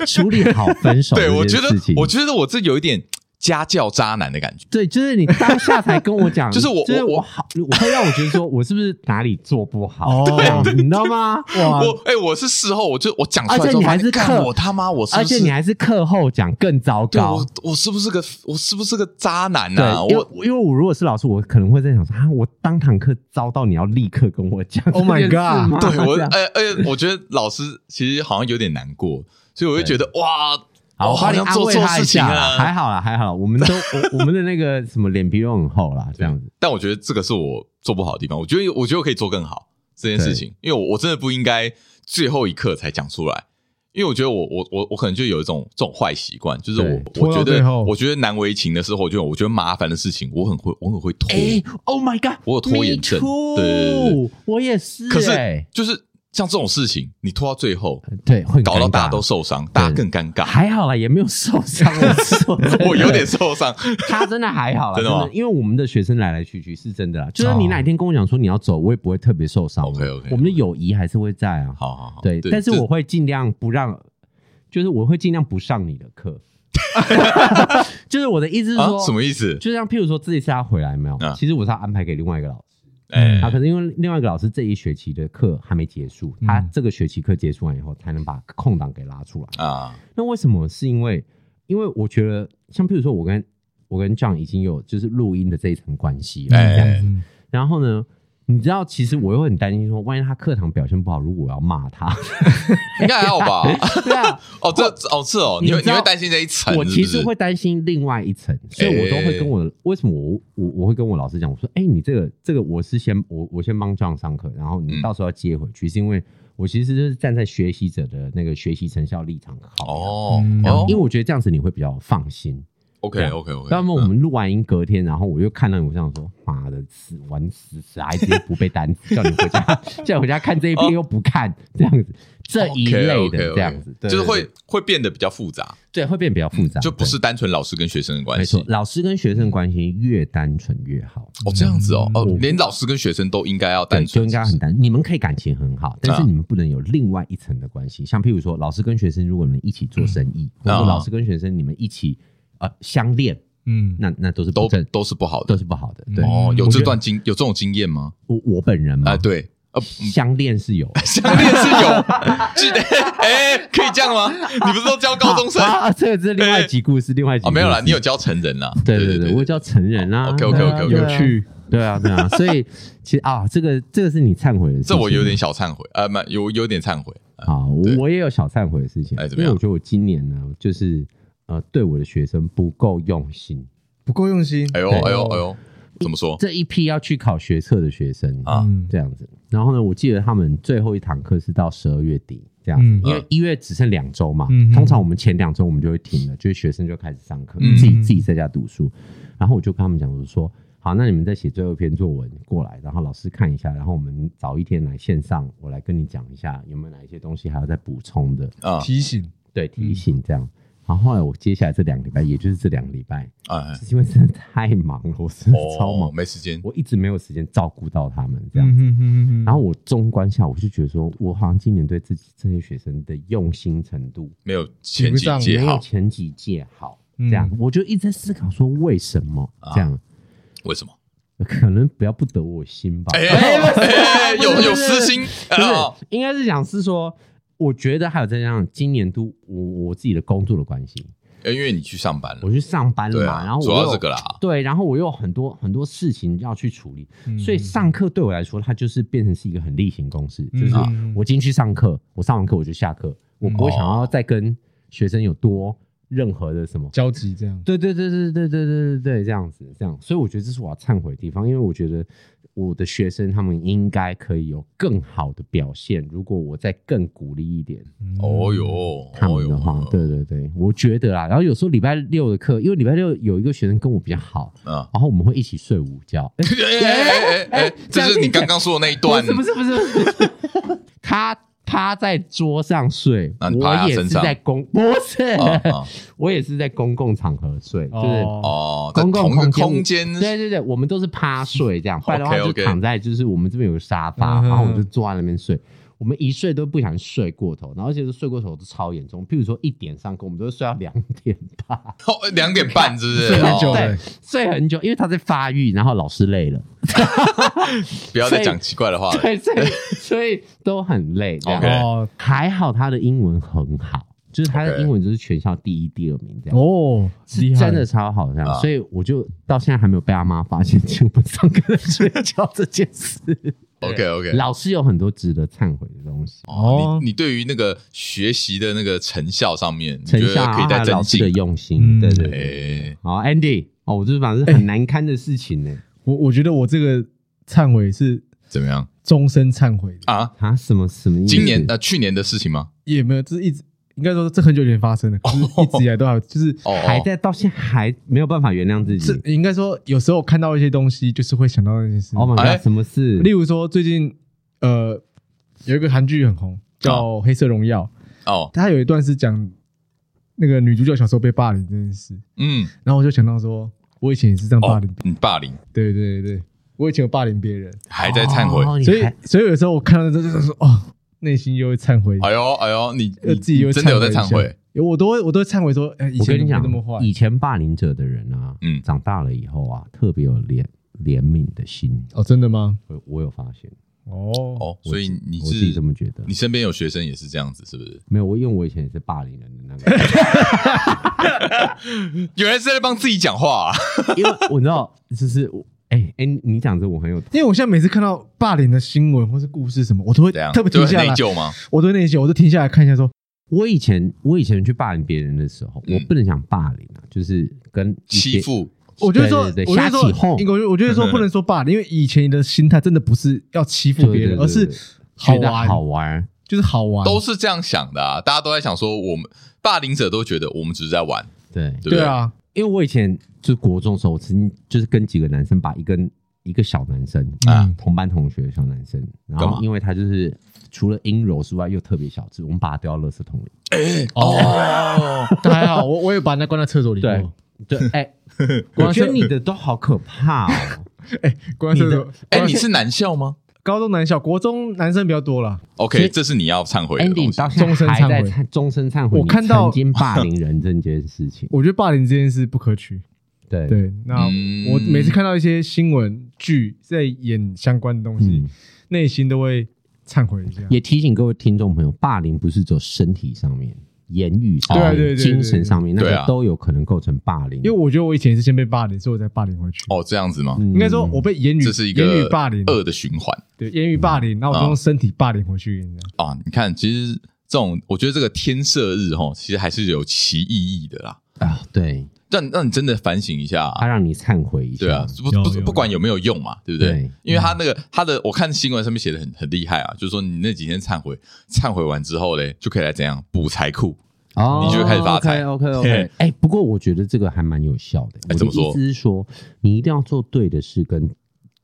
处理好分手对我这件觉得事情。我觉得我这有一点家教渣男的感觉，对，就是你当下才跟我讲， 就是我就是我我好，我会让我觉得说我是不是哪里做不好， 哦这样你知道吗？哇，我哎、我是事后我就我讲出来啊而且之后，你还发现是干课我他妈我是而不且是你还是课后讲更糟对糕我。我是不是个我是不是个渣男对啊？，因为我因为我如果是老师，我可能会在想说啊，我当堂课遭到，你要立刻跟我讲 Oh my 这件事吗。God 对我这样哎哎，我觉得老师其实好像有点难过，所以我就觉得哇，好，我我好帮你像安做慰错他一事情下啦还了。好啦，还好啦，我们 都我我们的那个什么脸皮都很厚啦，这样子。但我觉得这个是我做不好的地方，我觉得我觉得我可以做更好这件事情，因为我我真的不应该最后一刻才讲出来。因为我觉得我我我我可能就有一种这种坏习惯，就是对我我拖到觉最得后我觉得难为情的时候，我就我觉得麻烦的事情，我很会我很会拖。 ，Oh my God，我有拖延症 me too，对对对我也是可是哎就是像这种事情，你拖到最后，对，会很搞到呃尴大家尬都受伤，大家更尴尬。还好啦，也没有受伤。 我是说真的我有点受伤，他真的哦还好啦，真的吗因为我们的学生来来去去是真的啦，就是你哪天跟我讲说你要走，我也不会特别受伤。 OK，OK，我们的友谊还是会在啊。好好好，对，但是这我会尽量不让，就是我会尽量不上你的课。 就是我的意思是啊说，什么意思？就像譬如说这一次他回来没有啊，其实我是要安排给另外一个老师。哎啊，可是因为另外一个老师这一学期的课还没结束，嗯他这个学期课结束完以后，才能把空档给拉出来。啊，那为什么？是因为，因为我觉得，像譬如说，我跟我跟 John 已经有就是录音的这一层关系了，哎这样嗯然后呢，你知道，其实我又很担心说，万一他课堂表现不好，如果我要骂他， 应该还好吧？对啊，哦，这哦是哦，你会你知你道会担心这一层？我其是哎实不是会担心另外一层，所以我都会跟我、为什么我我我会跟我老师讲，我说，哎、你这个这个我是先我我先帮 John 上课，然后你嗯到时候要接回去，是因为我其实就是站在学习者的那个学习成效立场考量。哦嗯哦因为我觉得这样子你会比较放心。 ，OK OK OK，那么我们录完音隔天，然后我又看到你，我想说，妈的，死玩死死孩子又不背单词，叫你回家， 叫你回家看这一哦篇又不看，这样子，这一类的这样子，对就是对会对会变得比较复杂，对会变比较复杂，就不对是单纯老师跟学生的关没系错，。老师跟学生关系越单纯越好，哦，这样子哦，哦嗯，连老师跟学生都应该要对，单就纯，应该很单。你们可以感情很好，但是啊你们不能有另外一层的关系。像譬如说，老师跟学生如果你们一起做生意，或者啊说老师跟学生你们一起呃相恋，嗯，那那都是都不正，都是不好的都。是不好的。对，嗯哦，有我觉这得段经有这种经验吗？我我本人嘛，啊，对，呃，相恋是有相恋是有， 记得哎，可以这样吗？你不是都教高 中生啊， 啊这个是另外一集故事，另外一集哦，没有啦，故事你有。教成人啦。对对对哦对，我叫成人啊。 OK，OK，OK，OK 对有啊趣，对啊，对啊，所以其实啊，这个这个是你忏悔的事情啊这吗，我有点小忏悔，呃，蛮有有点忏悔。啊，对我我也有小忏悔的事情，哎怎因么样为我觉得我今年呢，就是呃，对我的学生不够用心。不够用心。哎呦对哎呦哎呦，怎么说这一批要去考学测的学生啊嗯这样子，然后呢，我记得他们最后一堂课是到十二月底这样子，嗯因为一月只剩两周嘛，嗯通常我们前两周我们就会停了，就是学生就开始上课，嗯自己自己在家读书，然后我就跟他们讲，我说。好，那你们再写最后一篇作文过来，然后老师看一下，然后我们早一天来线上，我来跟你讲一下有没有哪一些东西还要再补充的。啊？提醒，对嗯提醒这样。然后后来我接下来这两个礼拜，也就是这两个礼拜，哎，是因为真的太忙了，我真的超忙，哦，没时间。我一直没有时间照顾到他们这嗯样。哼哼哼然后我纵观下，我就觉得说，我好像今年对自己这些学生的用心程度没有前几也届没有好，前几届好，这样、嗯我就一直在思考说为什么啊这样，为什么？可能不要不得我心吧。哎 哎，啊不是有不是有私心，不是哦，应该是讲是说，我觉得还有再加上今年度我我自己的工作的关系，哎因为你去上班了我，去上班了对嘛，啊然后，我主要又这个啦。对，然后我又有很多很多事情要去处理，嗯所以上课对我来说，它就是变成是一个很例行公事，就是啊嗯我今天去上课，我上完课我就下课，我不会想哦要再跟学生有多任何的什么。交集这样。对对对对对对对对对，这样子这样，所以我觉得这是我要忏悔的地方，因为我觉得我的学生他们应该可以有更好的表现，如果我再更鼓励一点，嗯哦哟，他哦们嗯的话，哟，对对对，我觉得啦。然后有时候礼拜六的课，因为礼拜六有一个学生跟我比较好，啊，然后我们会一起睡午觉。诶 哎哎哎哎哎，这是你刚刚说的那一段，不是不是不是， 他趴在桌上睡，那你趴在他我也是身上在公 不是，啊啊 我也是在公共场合睡，就是。哦，哦，在公共同一个空空间，对对对，我们都是趴睡这样，不然的话就 OK，OK 躺在就是我们这边有个沙发，嗯哼然后我就坐在那边睡。我们一睡都不想睡过头，然后其实睡过头都超严重。譬如说一点上课，我们都会睡到两点吧，哦 两点半是不是？睡很久哦了对，睡很久，因为他在发育，然后老师累了，不要再讲奇怪的话了。对，所以 所以都很累。这样哦 OK 哦还好他的英文很好，就是他的 OK 英文就是全校第一、第二名这样。哦，是厉害真的超好这样，啊所以我就到现在还没有被他妈发现，就我们上课在睡觉这件事。 OK OK，老师有很多值得忏悔的东西，哦哦，你你对于那个学习的那个成效上面，你成觉效得可以啊还再有增老师的进？用心，嗯对对对。哎，好，Andy，哦，我这反正是很难堪的事情呢。我我觉得我这个忏悔是怎么样终身忏悔的，啊？啊，什么什么意思？今年呃去年的事情吗？也没有，这是一直应该说这很久以前 发生的，可是一直以来都还有就是哦，哦还在到现在还没有办法原谅自己是。应该说有时候看到一些东西，就是会想到那些事。 Oh 哎 my god，什么事？例如说最近呃有一个韩剧很红，叫《黑色荣耀》，哦，它有一段是讲那个女主角小时候被霸凌这件事，嗯，然后我就想到说，我以前也是这样霸凌，你霸凌对对对对，我以前有霸凌别人，还在忏悔，哦，你所以还所以有时候我看到这就是说哦，内心又会忏悔，哎呦哎呦，你呃你自己又你真的有在忏悔？，我都会我都会忏悔说，哎，以我前跟你怎么讲那么坏，，以前霸凌者的人啊，嗯长大了以后啊，特别有怜怜悯的心。哦，真的吗？我我有发现，哦，哦，所以你我自己是这么觉得你。身边有学生也是这样子，是不是？没有，我因为我以前也是霸凌人的那个，有人是在帮自己讲话啊，因为我知道，就是我哎、哎、你讲这我很有，因为我现在每次看到霸凌的新闻或是故事什么，我都会这样特别就停很下内来，疚吗？我都会内疚，我就停下来看一下说，我以前我以前去霸凌别人的时候，嗯我不能讲霸凌啊，就是跟一些欺，负我就会说，对对对我就瞎会起说哄，我就我就会说不能说霸凌，因为以前的心态真的不是要欺负对别对人，对而是对好觉得玩，好玩，就是好玩，都是这样想的啊，大家都在想说，我们霸凌者都觉得我们只是在玩，对，对不对啊，因为我以前就是国中的时候，我曾经就是跟几个男生把一个一个小男生啊嗯同班同学的小男生，然干嘛后因为他就是除了阴柔之外又特别小只，我们把他丢到垃圾桶里。哦，但还好，我我也把那关在厕所里过，对，哎、关我到觉得厕你的都好可怕哦。关在厕所。哎，你是男校吗高中男校，国中男生比较多啦。 ？OK，这是你要忏悔的 Andy 东你西到现在还在终身忏忏终身忏悔，我你看到。曾经霸凌人这件事情 我觉得霸凌这件事不可取。对，对，那嗯我每次看到一些新闻剧在演相关的东西嗯，，内心都会忏悔一下。也提醒各位听众朋友，霸凌不是只有身体上面。言语上对对对面、对精神上面，那对个啊都有可能构成霸凌。因为我觉得我以前也是先被霸凌，所以我才霸凌回去。哦，这样子吗？嗯应该说，我被言语这是一言个语霸凌，恶的循环对言语霸凌，然后我就啊用身体霸凌回去，这样啊！你看，其实这种，我觉得这个天赦日哈，其实还是有其意义的啦，啊，对，让让你真的反省一下啊他让你忏悔一下。对啊，不有不有不管有没有用嘛，对不对？对因为他那个他的，我看新闻上面写的很很厉害啊，就是说你那几天忏悔，忏悔完之后嘞，就可以来怎样补财库。哦你就会开始发财 OK OK 嘿 OK。哎，不过我觉得这个还蛮有效的。哎我怎的么说意思是说，你一定要做对的事，跟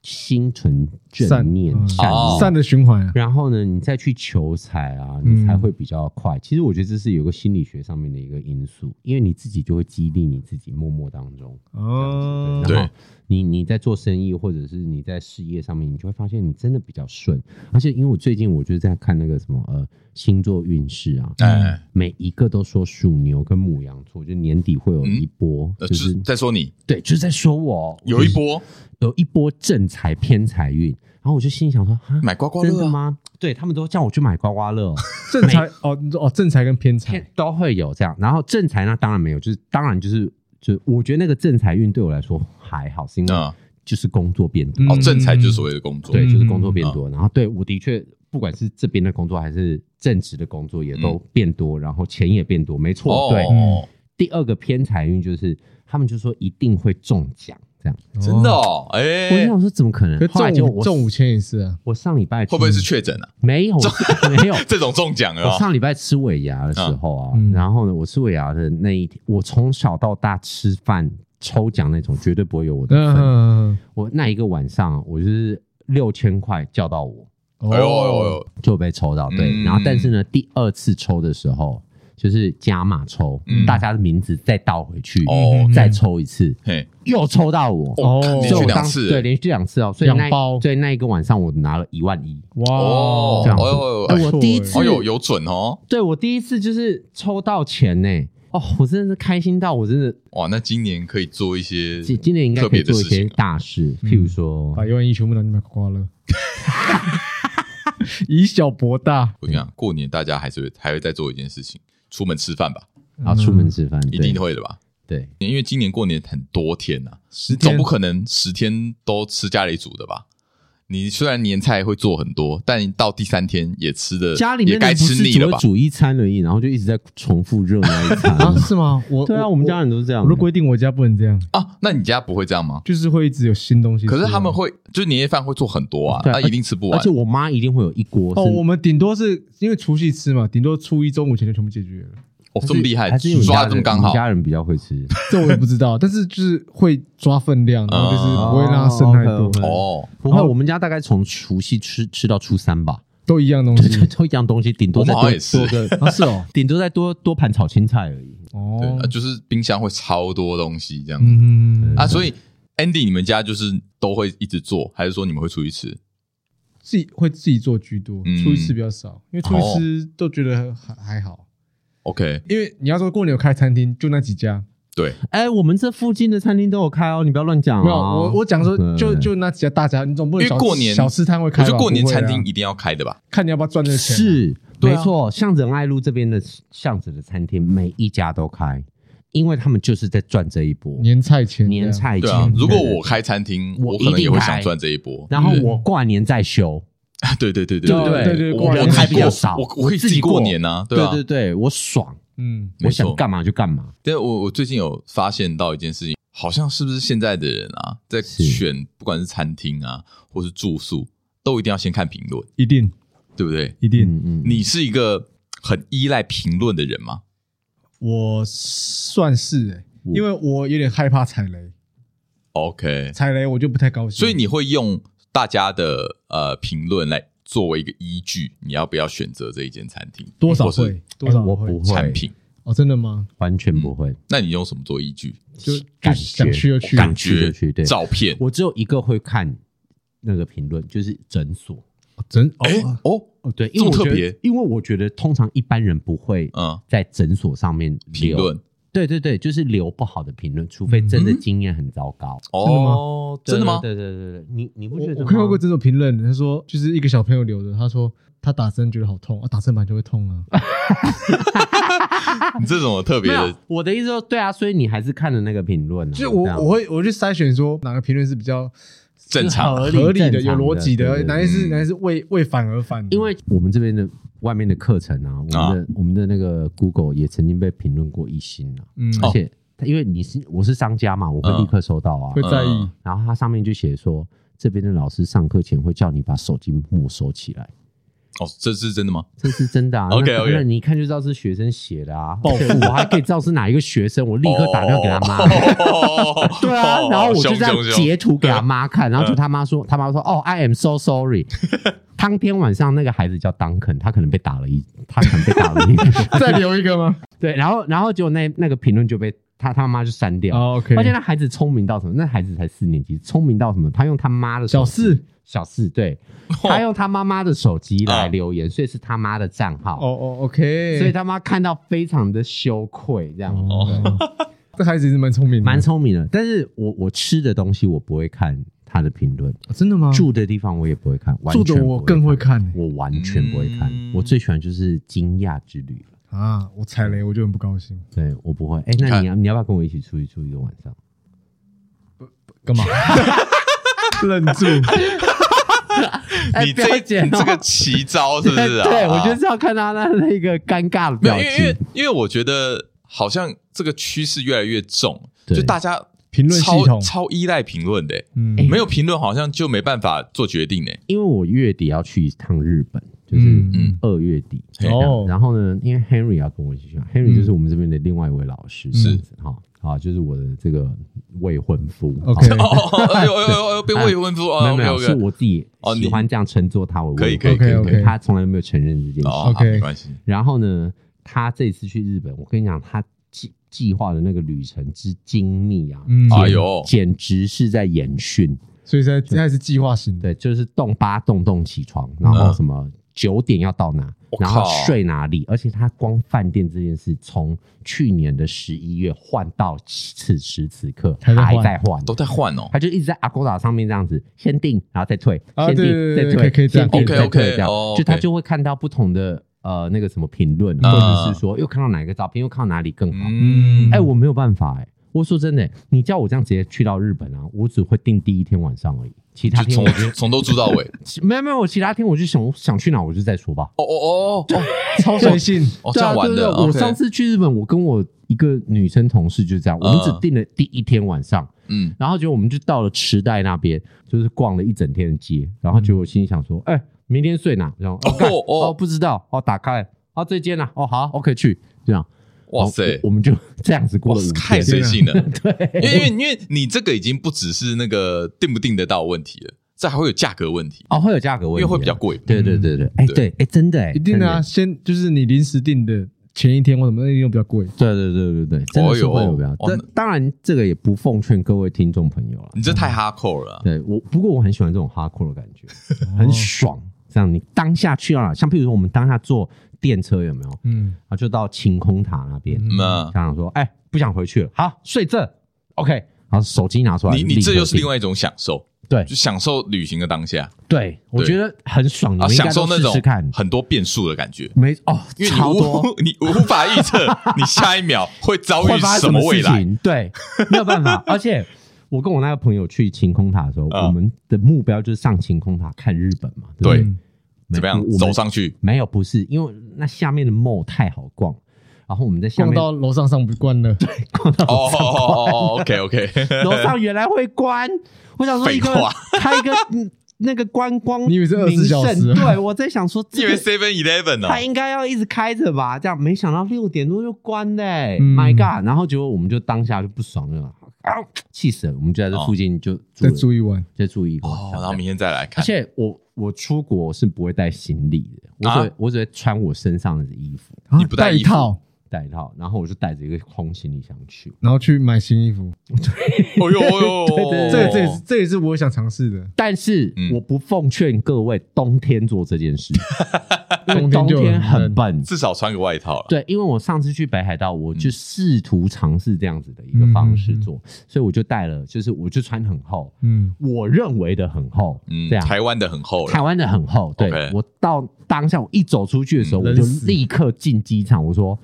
心存正念、嗯善哦意善的循环啊。然后呢，你再去求财啊，嗯你才会比较快。其实我觉得这是有个心理学上面的一个因素，因为你自己就会激励你自己，默默当中。哦，对，对然后你你在做生意或者是你在事业上面，你就会发现你真的比较顺。而且因为我最近我就是在看那个什么呃星座运势啊，哎，每一个都说属牛跟母羊座，就年底会有一波，就呃，就是是在说你对，就是在说我有一波有一波正财偏财运，然后我就心里想说，哈，买刮刮真的乐啊，吗？对他们都叫我去买刮刮 乐，正财哦你说哦，正财跟偏偏财，都会有这样。然后正财那当然没有，就是当然就是就我觉得那个正财运对我来说还好，是因为嗯就是工作变多，嗯哦，正财就是所谓的工作，对，嗯就是工作变多。然后对我的确，不管是这边的工作还是正职的工作，也都变多，然后钱也变多，没错，对。嗯哦，第二个偏财运就是他们就说一定会中奖，这样。真的哦，哎，我就会想说怎么可能可？后来是就中午我中午前也是啊，我上礼拜不会是确诊啊？ 没有 没有？这种中奖我啊，上礼拜吃尾牙的时候啊，嗯然后呢，我吃尾牙的那一天，我从小到大吃饭抽奖那种绝对不会有我的份。嗯，我那一个晚上，我就是六千块叫到我，哦哎呦哎呦哎呦，就被抽到，对。嗯然后但是呢，第二次抽的时候就是加码抽，嗯大家的名字再倒回去，哦再抽一次，嘿，又抽到我。哦连所以续我两当次，对，连续两次哦，所以那两包所以那一个晚上我拿了一万一，哇哦，这样子哦，哎哎呦呦，我第一次，哎呦，有准哦，对我第一次就是抽到钱呢、哦，我真的是开心到我真的，哇，那今年可以做一些今今年应该特可以别的做一事些情啊，大事，譬如说，把一万一全部拿去买刮刮 乐，以小博大，我跟你讲，过年大家还是会还会再做一件事情，出门吃饭吧，然后出门吃饭，一定对会的吧？对，因为今年过年很多天呐、啊，十你天总不可能十天都吃家里煮的吧？你虽然年菜会做很多，但你到第三天也吃的家里也面该的不吃是腻只了会吧？煮一餐而已，然后就一直在重复热那一餐。啊？是吗？我 对啊，我们家人都是这样我。都规定我家不能这样，啊，那你家不会这样吗？就是会一直有新东西出可来。是他们会，就是年夜饭会做很多啊，啊对那一定吃不而完且。我妈一定会有一锅哦，我是，们顶多是因为除夕吃嘛，顶多初一中午前就全部解决了。哦，这么厉害还是因为，抓的的这么刚好。家人比较会吃。这我也不知道，但是就是会抓分量，然后就是不会让它剩太哦多， ，OK，OK 哦，不会，我们家大概从除夕吃吃到初三吧，都一样东对西对，。都一样东西，顶多再我们好多像也是多个，啊，是哦，顶多再多多盘炒青菜而已。对哦啊，，就是冰箱会超多东西这样子嗯，啊，所以 Andy，你们家就是都会一直做，还是说你们会出去吃？自己会自己做居多，嗯出去吃比较少，因为出去吃都觉得还还好。 OK，因为你要说过年有开餐厅，就那几家，对，哎，我们这附近的餐厅都有开哦，你不要乱讲哦。没有我我讲说啊嗯就对就那几家大家，你总不能因为小过年小吃摊会我开吧，觉得过年不会啊餐厅一定要开的吧？看你要不要赚这个钱啊，是，对没啊错，像仁爱路这边的巷子的餐厅，每一家都开。因为他们就是在赚这一波年菜钱这样年菜对钱啊。。如果对我开餐厅，我我可一能定也会开想赚这一波。然后对我过完年再休， 对对对对啊对啊对对对我过我年自己开比较过少我我可我以自己过过年啊，对啊对。对，我爽，嗯，没我错想干嘛就干嘛。但我我最近有发现到一件事情，好像是不是现在的人啊，在是选不管是餐厅啊，或是住宿，都一定要先看评论，一定对不对？一定，嗯嗯，你是一个很依赖评论的人吗？我算是哎，我因为我有点害怕踩雷， OK，踩雷我就不太高兴。所以你会用大家的呃评论来作为一个依据，你要不要选择这一间餐厅？多少或是会多少哎我会不产会，品？哦，真的吗？完全不会，那你用什么做依据？就就感想觉去就去，感去就去对哦照片？我只有一个会看那个评论，就是诊所。哦真哎、哦，哦，哦，对，因为我这么特觉别得，因为我觉得通常一般人不会嗯，在诊所上面评留论，对对对，就是留不好的评论，除非真的嗯经验很糟糕。哦，真的吗？对对对对，对你你不我觉得我看吗过这种评论，他说就是一个小朋友留的，他说他打针觉得好痛啊，打针本来就会痛啊，你这种特别没有的，，我的意思说，对啊，所以你还是看了那个评论啊，就是我这样我会我去筛选说哪个评论是比较正常合合理的、正有常逻辑的，对对哪对些是嗯哪些是为为反而反的，因为我们这边的外面的课程啊，我们的我们的那个 Google 也曾经被评论过一星啊，嗯哦而且它因为你是我是商家嘛，我会嗯立刻收到啊会，在意嗯然后它上面就写说。这边的老师上课前会叫你把手机没收起来，哦，这是真的吗？这是真的啊。 OK，OK 那那你一看就知道是学生写的啊。而且我还可以知道是哪一个学生，我立哦刻打电话给他妈。 妈 对啊，哦然后我就这样截截，图给他妈看，然后就他妈说，他妈说，哦，I am so sorry。当天晚上那个孩子叫当肯，他可能被打了一，他可能被打了一， 再留一 个吗？对，然后然后结果那那个评论就被他他妈就删掉。哦，OK，而且那孩子聪明到什么？那孩子才四年级，聪明到什么？他用他妈的手小机四，哦小四，对，他用他妈妈的手机来留言，所以是他妈的账啊哦号，哦，OK，所以他妈看到非常的羞愧，这样子。哦，这孩子也是蛮聪明的，蛮聪明的，但是我我吃的东西我不会看他的评论，哦真的吗？住的地方我也不会看，完住全的不我更会会看，看欸我完全不会看。嗯我最喜欢就是惊讶之旅了啊，我踩雷我就很不高兴，对我不会。哎、那看你要你要不要跟我一起出去住一个晚上？干嘛？愣住，哎你不要这剪你哦这个奇招 是不是啊？ 对，我就是要看他那那个尴尬的没有，表因为因为情。因为我觉得好像这个趋势越来越重，对就大家评论系超统超依赖评论的、欸嗯，哎没有评论好像就没办法做决定呢、欸 因为我月底要去一趟日本，就是嗯嗯嗯，二月底。嘿哦然后呢，因为 Henry 要跟我一起去，Henry 嗯就是我们这边的另外一位老师，这样子哈啊，就是我的这个未婚夫。 OK 好哦哦哦，哎呦哎呦哎呦，被未婚夫没哦有没，OK 有，是 OK，我自己哦你喜欢这样称作他为可以未可婚以可以夫可以， OK 他从来没有承认这件事。哦，好 OK 没关系，然后呢，他这次去日本，我跟你讲，他计计划的那个旅程之精密啊，嗯哎呦，简直是在演训。所以现在现在是计划型的，对，就是动八动动起床，然嗯后什么九点要到哪，我然靠后睡哪里，而且他光饭店这件事，从去年的十一月换到此时此刻还在换还在换，都在换哦他就一直在阿勾达上面这样子，先定，然后再退，啊先对定，对再对可以退，可以这样先定，再 OK，OK，退，这样哦，就他 OK 就会看到不同的呃那个什么评论，嗯或者是说又看到哪一个照片，又看到哪里更好。嗯，哎，我没有办法哎，我说真的，你叫我这样直接去到日本啊，我只会定第一天晚上而已，其他就天从哎我就从头住到尾，没有没有，我其他天我就想想去哪我就再说吧。哦哦哦哦， 超随性，哦这对啊样玩啊对的对对我 OK 上次去日本，我跟我一个女生同事就这样，我们只嗯定了第一天晚上。嗯，然后结果我们就到了池袋那边，就是逛了一整天的街，然后结果我心里想说，哎、明天睡哪？然后哦哦干哦哦不知道，哦打开，哦这间啊，哦好，OK 去，这样，哇塞然后我我们就这样子过哇了五，天，啊太随 性了，因对，为因为因为你这个已经不只是那个定不定得到问题了，这还会有价格问题，哦会有价格因问为题，会比较，贵，对对对对，哎对对，哎真的哎，一定的啊，真先就是你临时定的前一天或什么，那一定比较贵。对对对对对，真的是会有比较哦，但那嗯当然这个也不奉劝各位听众朋友了，你这太 hardcore 了啊，对我，不过我很喜欢这种 hardcore 的感觉，很爽。这样你当下去到哪，像譬如说我们当下坐电车有没有？嗯，然后就到晴空塔那边，嗯那想想说，哎，不想回去了，好睡这，OK，然后手机拿出来，你立你刻这又是订另外一种享受，对就享受旅行的当下对，我觉得很爽，你啊，们应该都享受那试种试看。很多变数的感觉。没哦，因为你超多无 你无法预 测你下一秒会遭会遇发生什么事未来，情？对，没有办 法。而且我跟我那个朋友去晴空塔的时候，嗯我们的目标就是上晴空塔看日本嘛。不对嗯没怎么样我们走 上去？没有，不是因为那下面的 mall 太好逛，然后我们在下逛面到楼上上不惯了，逛到哦哦哦哦，OK OK，楼上原来会 关，我想说一废个话开 一个嗯那个观光名胜，你以为是24小时 啊对我在想说因这个。为 Seven Eleven 他哦，应该要一直开着吧，这样没想到六点多就关嘞、嗯 m y God！然后结果我们就当下就不爽了，啊，气死了！我们就在这附近就住再了住一晚。再注意过。哦，这样然后明天再来而看。且我我出国是不会带行李的，我只会、啊我只会穿我身上的衣服，你不带啊带一衣服套，带一套，然后我就带着一个空行李箱去。然后去买新衣服，哦呦哦对对 呦，哦这个这也是这也是我想尝试的。但是、嗯我不奉劝各位冬天做这件 事，因为冬冬天就天很很笨。至少穿个外套了。对，因为我上次去北海道，我嗯就试图尝试这样子的一个方式做，所以我就带了，就是我就穿很厚，嗯，我认为的很厚，嗯这，样。台湾的很厚台了，湾的很厚，对 OK 我到当下我一走出去的时候，嗯我就冷死立刻进机场，我说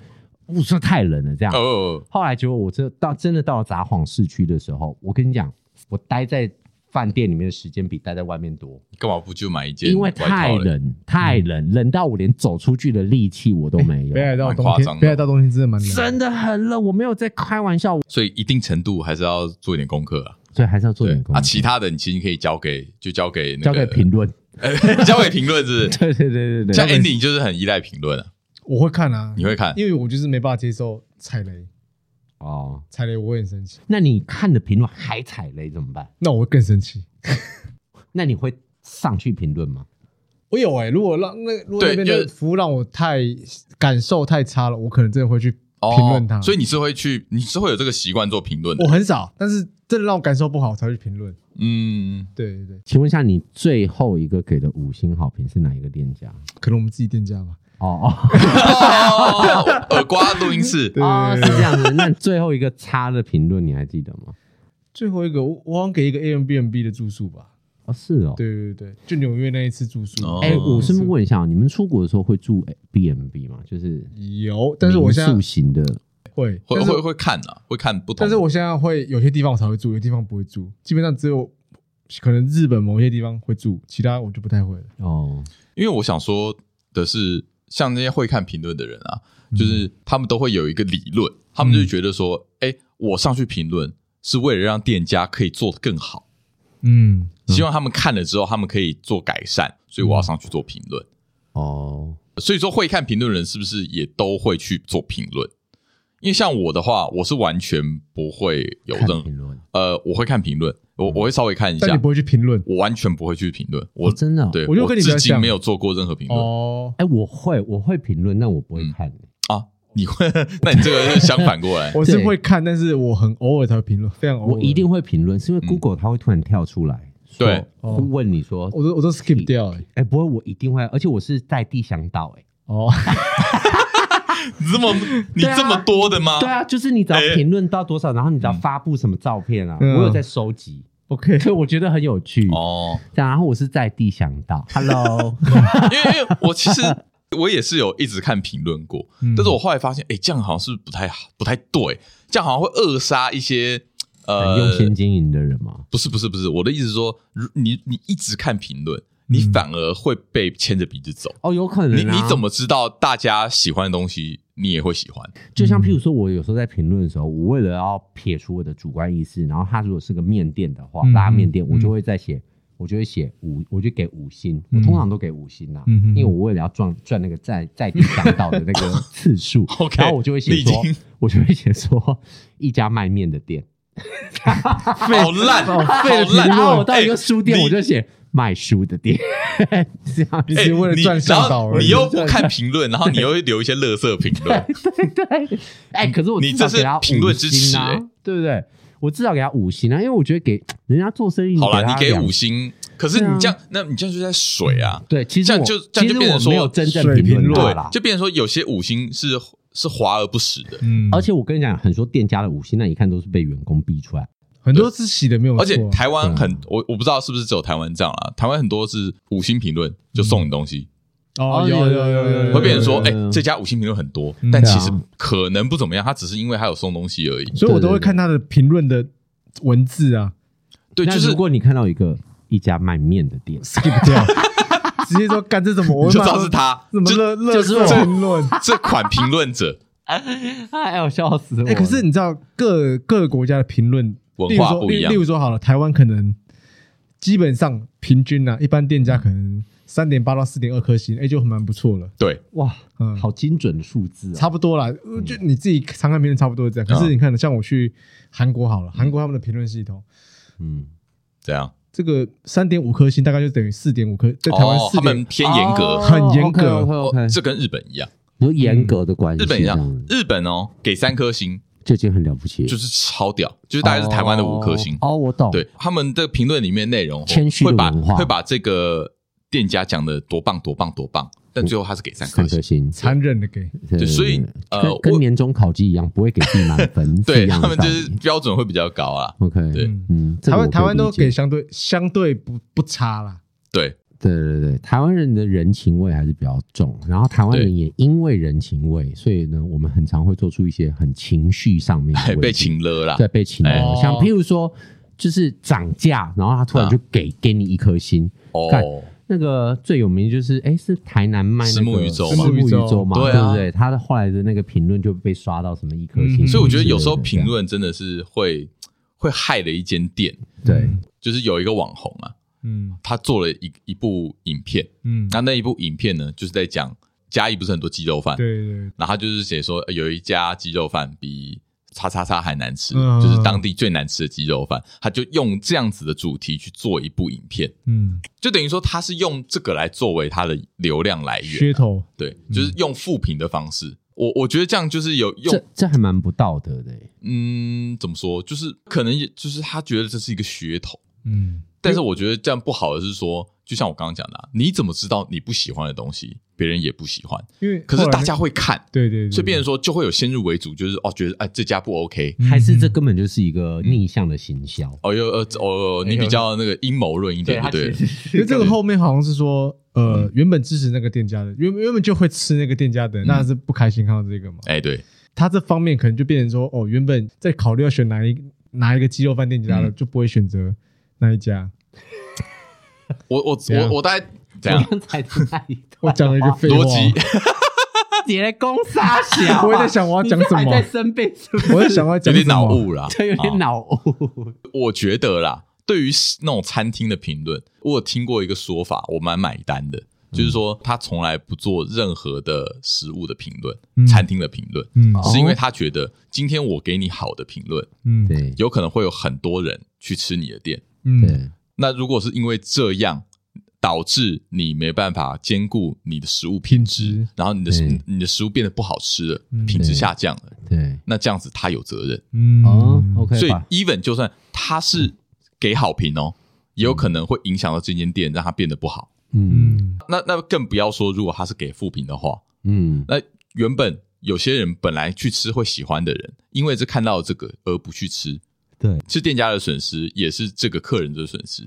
我说太冷了这样。哦，后来结果我这到真的到了札幌市区的时候，我跟你讲，我待在饭店里面的时间比待在外面多，干嘛不就买一件？因为太，冷，太冷，冷到我连走出去的力气我都没 有北，海道蛮冬夸张天，的北海道冬天真的蛮冷。真的很冷，我没有在开玩笑，所以一定程度还是要做一点功课啊。所以还是要做对点功啊，课。其他的你其实可以交给就交给那交个给评论，呃 交给评论是不是。对对对对像对， Andy 就是很依赖评论啊，我会看啊，你会看？因为我就是没办法接受踩雷，哦，踩雷我会很生气，那你看的评论还踩雷怎么办？那我会更生气。那你会上去评论吗？我有哎、如果让那如果对那边就是的服务让我太感受太差了，我可能真的会去哦评论它。所以你是会去，你是会有这个习惯做评论的我。很少，但是真的让我感受不好才会去评论。嗯，对对对，请问一下，你最后一个给的五星好评是哪一个店家？可能我们自己店家吧。哦哦。哦耳刮录音室对哦，对是对对这样子。那最后一个差的评论你还记得吗？最后一个，我我好像给一个 a m b n b 的住宿吧。哦，是哦。对对对，就纽约那一次住宿。哦哎、我顺便问一下，你们出国的时候会住哎 B M B 吗？就是有，但是我现民宿在型的会，会但是会会看啊，会看不同但的。是我现在会有些地方我才会住，有些地方不会住。基本上只有可能日本某些地方会住，其他我就不太会了。哦，因为我想说的是，像那些会看评论的人啊，嗯就是他们都会有一个理论，他们就觉得说，哎、嗯我上去评论是为了让店家可以做得更好，嗯，希望他们看了之后，他们可以做改善，所以我要上去做评论。哦，所以说，会看评论的人是不是也都会去做评论？因为像我的话，我是完全不会有看任评论呃，我会看评论，我我会稍微看一嗯但下你不，会去评论我完全不会去评论，我哦，真的、哦。对我就跟你比较至今像没有做过任何评论。哦。哎、我会，我会评论，但我不会嗯看、啊，你会？ 那你这个就相反过来我是对会看，但是我很偶尔才会评论，非常偶尔。我一定会评论，是因为 Google 它会突然跳出来，说对哦会问你说，我都我都 skip 掉哎、哎、不会，我一定会，而且我是在地想到、哎。哦， 你这么你对啊这么多的吗？对啊，嗯就是你只要哎评论到多少，然后你只要发布什么照片啊，嗯我有在收集， OK，所以我觉得很有趣。哦，这样然后我是在地想到，Hello，因为因为我其实我也是有一直看评论过，嗯但是我后来发现，哎，这样好像是不是不太好，不太对，这样好像会扼杀一些很呃，用心经营的人嘛。不是不是不是，我的意思是说，如你你一直看评论，你嗯反而会被牵着鼻子走。哦，有可能、你啊。你怎？么知道大家喜欢的东西，你也会喜欢？就像譬如说，我有时候在评论的时候，我为了要撇除我的主观意识，然后他如果是个面店的话，嗯拉面店，我嗯就会在写，我就会写五，我就给五星，我嗯通常都给五星啊，嗯哼因为我为了要赚赚那个在在地想到的那个次 数 OK，然后我就会写你已说经，我就会写说一家卖面的店，好烂，好废的评论烂！然啊后我到一个哎书店，你我就写卖书的店， 这样你只是为了哎你赚然向导后而已。你又不看评论，然后你又留一些垃圾评 论，对对，哎、可是我你至少这是给他五评论支持星啊哎对不对？我至少给他五星啊，因为我觉得给人家做生意，好啦，你他给两五，星，可是对啊你这样，那你这样就在水啊，对，其实这样我就这样就其实变成我没说有真正水评评论论他对啦，。就变成说有些五星是是华而不实的，嗯而且我跟你讲，很多店家的五星，那一看都是被员工逼出来。很多是洗的没有错啊，而且台湾很，我我不知道是不是只有台湾这样啦，台湾很多是五星评论就送你东西，哦有有有有有有，会变成说，有有哎有有，这家五星评论很多嗯，但其实对啊可能不怎么样，他只是因为他有送东西而已。所以我对都会对对看他的评论的文字啊对，就那是如果你看到一个一家卖面的店， ，skip 掉， 直接说干这怎么，我会你就骂知道说是他，什么就乐乐就是我色评论。这款评论者哎呦，笑死我了！哎，可是你知道各各个国家的评论文化不例如一说样例例如说好了，台湾可能基本上平均啊，一般店家可能三点八到四点二颗星，哎，就蛮不错了。对，哇，嗯，好精准的数字啊！差不多啦，呃嗯就你自己常看评论差不多是这样。啊可是你看，像我去韩国好了，韩国他们的评论系统，嗯，这样这个三点五颗星大概就等于四点五颗，在台湾哦，四他们点偏严格，哦很严格 o 哦这跟日本一样，有严格的关系，日本一这样样，日本哦给三颗星这已经很了不起了，就是是超屌，就是大概是台湾的五颗星。哦，我懂，对，他们的评论里面内容谦虚的会把文化会把这个店家讲的多棒多棒多棒，但最后他是给三颗三星颗。星，残忍的给。对所以呃跟跟我年终考绩一样，不会给自己满 分，是对一样他的们道就理是标准会比较高啊。 OK，对嗯，这台个我可以湾台湾都理解给相对相对不不差啦，对，对对对，台湾人的人情味还是比较重，然后台湾人对也因为人情味，所以呢，我们很常会做出一些很情绪上面的哎问题被情勒啦。对被情哎啊了，像譬如说就是涨价，然后他突然就给给你一颗星，干哦，那个最有名就是哎是台南卖那石个目鱼粥石嘛目鱼粥嘛，对对啊不对？他的后来的那个评论就被刷到什么一颗嗯星，所以我觉得有时候之类的评论真的是会会害了一间店。对就是有一个网红啊，嗯他做了一一部影片，嗯，那那一部影片呢，就是在讲嘉义不是很多鸡肉饭，对对对，然后他就是写说呃有一家鸡肉饭比叉叉叉还难吃，嗯就是当地最难吃的鸡肉饭，他就用这样子的主题去做一部影片，嗯，就等于说他是用这个来作为他的流量来源，噱头，对，就是用复评的方式。我我觉得这样就是有用这，这还蛮不道德的，嗯，怎么说？就是可能也就是他觉得这是一个噱头，嗯，但是我觉得这样不好的是说，就像我刚刚讲的、啊，你怎么知道你不喜欢的东西，别人也不喜欢？因为可是后来大家会看，对对对，所以变成说就会有先入为主，就是哦，觉得哎这家不 OK，嗯还是这根本就是一个逆向的行销。哦哟呃哦，你比较那个阴谋论一点，他就对其了实因为是这个后面好像是说，嗯呃，原本支持那个店家的，原原本就会吃那个店家的，那是不开心看到这个嘛。哎对，他这方面可能就变成说，哦，原本在考虑要选哪一哪一个鸡肉饭店家的，嗯就不会选择那一家。我我怎样我我大概怎我样刚才在那一段我讲了一个 废话，逻辑，你在攻杀小， 啊我也在想我要讲什么你在生病是不 是？ 我在想要讲有点什么脑，雾啦，这有点啊脑雾。我觉得啦，对于那种餐厅的评论，我有听过一个说法，我蛮买单的，就是说他从来不做任何的食物的评论，嗯餐厅的评论。嗯是因为他觉得今天我给你好的评论，嗯，对有可能会有很多人去吃你的店。嗯，对，那如果是因为这样导致你没办法兼顾你的食物品品质，质，然后你的对你的食物变得不好吃了嗯，品质对下降了，对，那这样子他有责任。嗯哦，OK 所以吧， even 就算他是给好评哦，也有可能会影响到这间店，让它变得不好。嗯嗯那那更不要说，如果他是给负评的话，嗯，那原本有些人本来去吃会喜欢的人，因为是看到这个而不去吃，对，是店家的损失，也是这个客人的损失。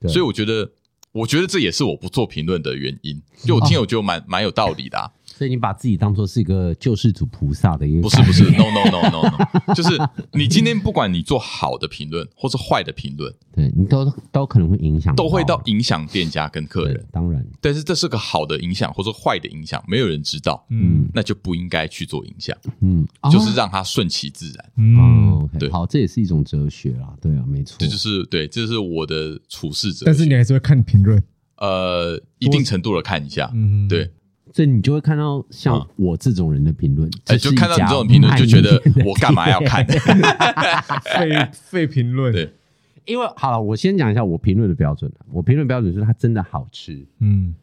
对所以我觉得，我觉得这也是我不做评论的原因。就我哦听，我觉得蛮蛮有道理的、啊。所以你把自己当做是一个救世主菩萨的一个，不是不是，，no no no no no，就是你今天不管你做好的评论或是坏的评论，对你都都可能会影响，都会到影响店家跟客对人。，当然，但是这是个好的影响或者坏的影响，没有人知道，嗯嗯那就不应该去做影响，嗯，哦就是让它顺其自然。嗯，哦，OK，对好，这也是一种哲学啦，对啊，没错，这就是对，这是我的处事者。但是你还是会看评论，呃，一定程度的看一下，嗯，对，所以你就会看到像啊我这种人的评论，哎，这是就一看到你家这种评论卖就觉 得面的我干嘛要看？ 废废评论，对因为好了，我先讲一下我评论的标准。我评论标准是它真的好吃，嗯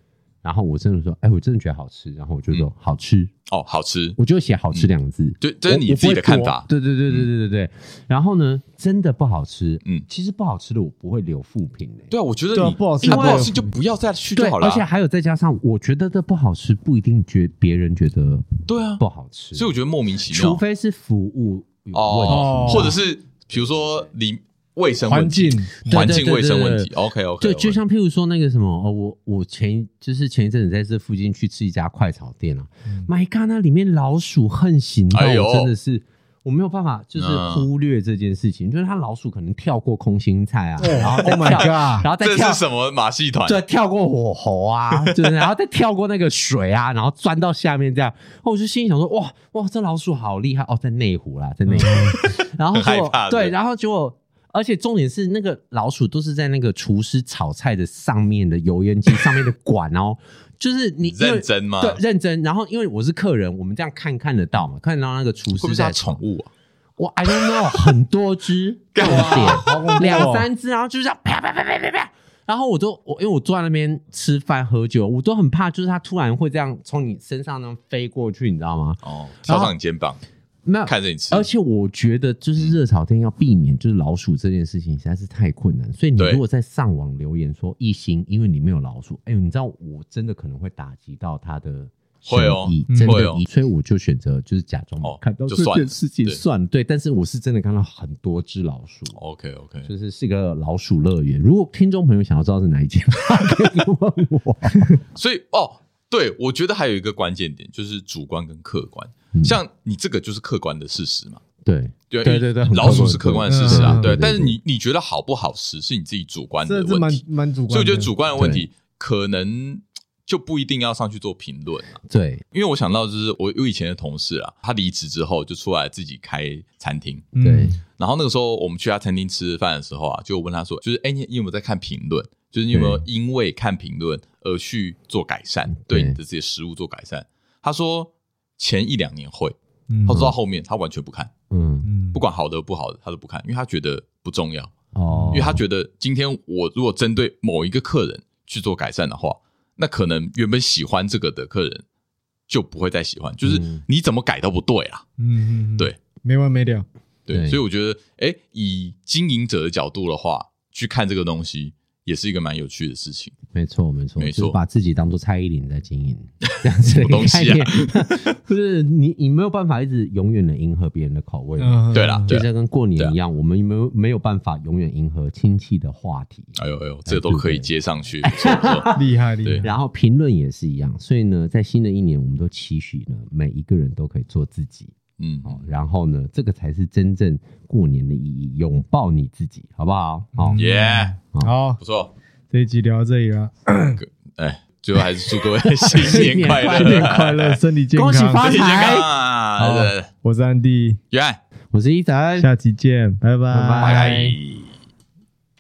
然后我真的说，哎、我真的觉得好吃，然后我就说、好吃，哦，好吃，我就写好吃两个字。就嗯这是你我自己的看法我不会多对对对对对对对。然后呢，真的不好吃，嗯嗯，其实不好吃的我不会留负评的、对啊，我觉得对啊你不好吃啊我不也好吃就不要再去就好了而且啊。还有再加上，我觉得这不好吃，不一定觉别人觉得对啊不，好吃，所以我觉得莫名其除妙非是服务有问题，哦，哦或者是比如说里卫生环问境 题，环对对境对卫生问对题。OK OK，对，就像譬如说那个什么，哦，我我前一就是前一阵子在这附近去吃一家快炒店啊、嗯 m y God，那里面老鼠横行到哎呦我真的是。我没有办法，就是嗯忽略这件事情，就是它老鼠可能跳过空心菜啊，然后再 Oh 跳 my god！ 然后再这跳是什么马戏团？对，跳过火候 啊，就是然后再跳过那个水啊，然后钻到下面这样。哦我就心里想说，哇哇，这老鼠好厉害哦，在内湖啦，在内湖。 然后嗯很害结果怕对，对然后结果，而且重点是那个老鼠都是在那个厨师炒菜的上面的油烟机上面的管哦， 就是你因为认真吗？对会认真。然后因为我是客人，我们这样看看得到嘛，看得到那个厨不师会是他在宠物啊？我 I don't know，很多只重点，两三只，然后就这样啪啪啪啪啪啪，然后我都我因为我坐在那边吃饭喝酒，我都很怕，就是它突然会这样从你身上那样飞过去，你知道吗？哦，跳上你肩膀，没有，看着你吃。而且我觉得就是热炒店要避免就是老鼠这件事情实在是太困难，所以你对如果在上网留言说一星，因为你没有老鼠，哎呦，你知道我真的可能会打击到他的。会哦嗯真会的哦，所以我就选择就是假装哦看到就这算件了事情对哦算了，对，但是我是真的看到很多只老鼠， OK OK，就是是一个老鼠乐园。如果听众朋友想要知道是哪一间，可以问 我。所以哦，对，我觉得还有一个关键点就是主观跟客观。嗯像你这个就是客观的事实嘛，对对对对对很老鼠是客客观观的事实啊，嗯对。对对但是你你觉得好不好吃是你自己主观的这是问蛮题，蛮主观的，所以我觉得主观的问题可能就不一定要上去做评论啊。对因为我想到就是我我以前的同事啊，他离职之后就出来自己开餐厅，嗯对，然后那个时候我们去他餐厅吃饭的时候啊，就问他说，就是哎、你你有没有在看评论？就是你有没有因为看评论而去做改善，对对你的这些食物做改善？他说前一两年会，嗯他说到后面他完全不看，嗯嗯不管好的不好的他都不看，因为他觉得不重要，哦，因为他觉得今天我如果针对某一个客人去做改善的话，那可能原本喜欢这个的客人就不会再喜欢，就是嗯你怎么改都不对啊。嗯嗯嗯对没完没了，对，对所以我觉得，哎，以经营者的角度的话，去看这个东西，也是一个蛮有趣的事情。没错，没错，没就错是把自己当做蔡依林在经营， 这样子的一个什么东西概啊念， 不是你，你没有办法一直永远的迎合别人的口味嘛，嗯对啦就对像跟过对啊年一样，我们没有没有办法永远迎合亲戚的话题，哎呦哎呦，这个都可以接上去，不错不错厉害厉对害，然后评论也是一样，所以呢，在新的一年，我们都期许呢，每一个人都可以做自己，嗯， 哦，然后呢，这个才是真正过年的意义，拥抱你自己，好不好？哦好、嗯耶、好不，错。这一集聊到这里 了，哎，最后还是祝各位新年快乐，新新年 快乐，身体健康，恭喜发新年健财康啊！好对我是安迪，约翰，我是伊晨，下期见，拜拜拜拜拜。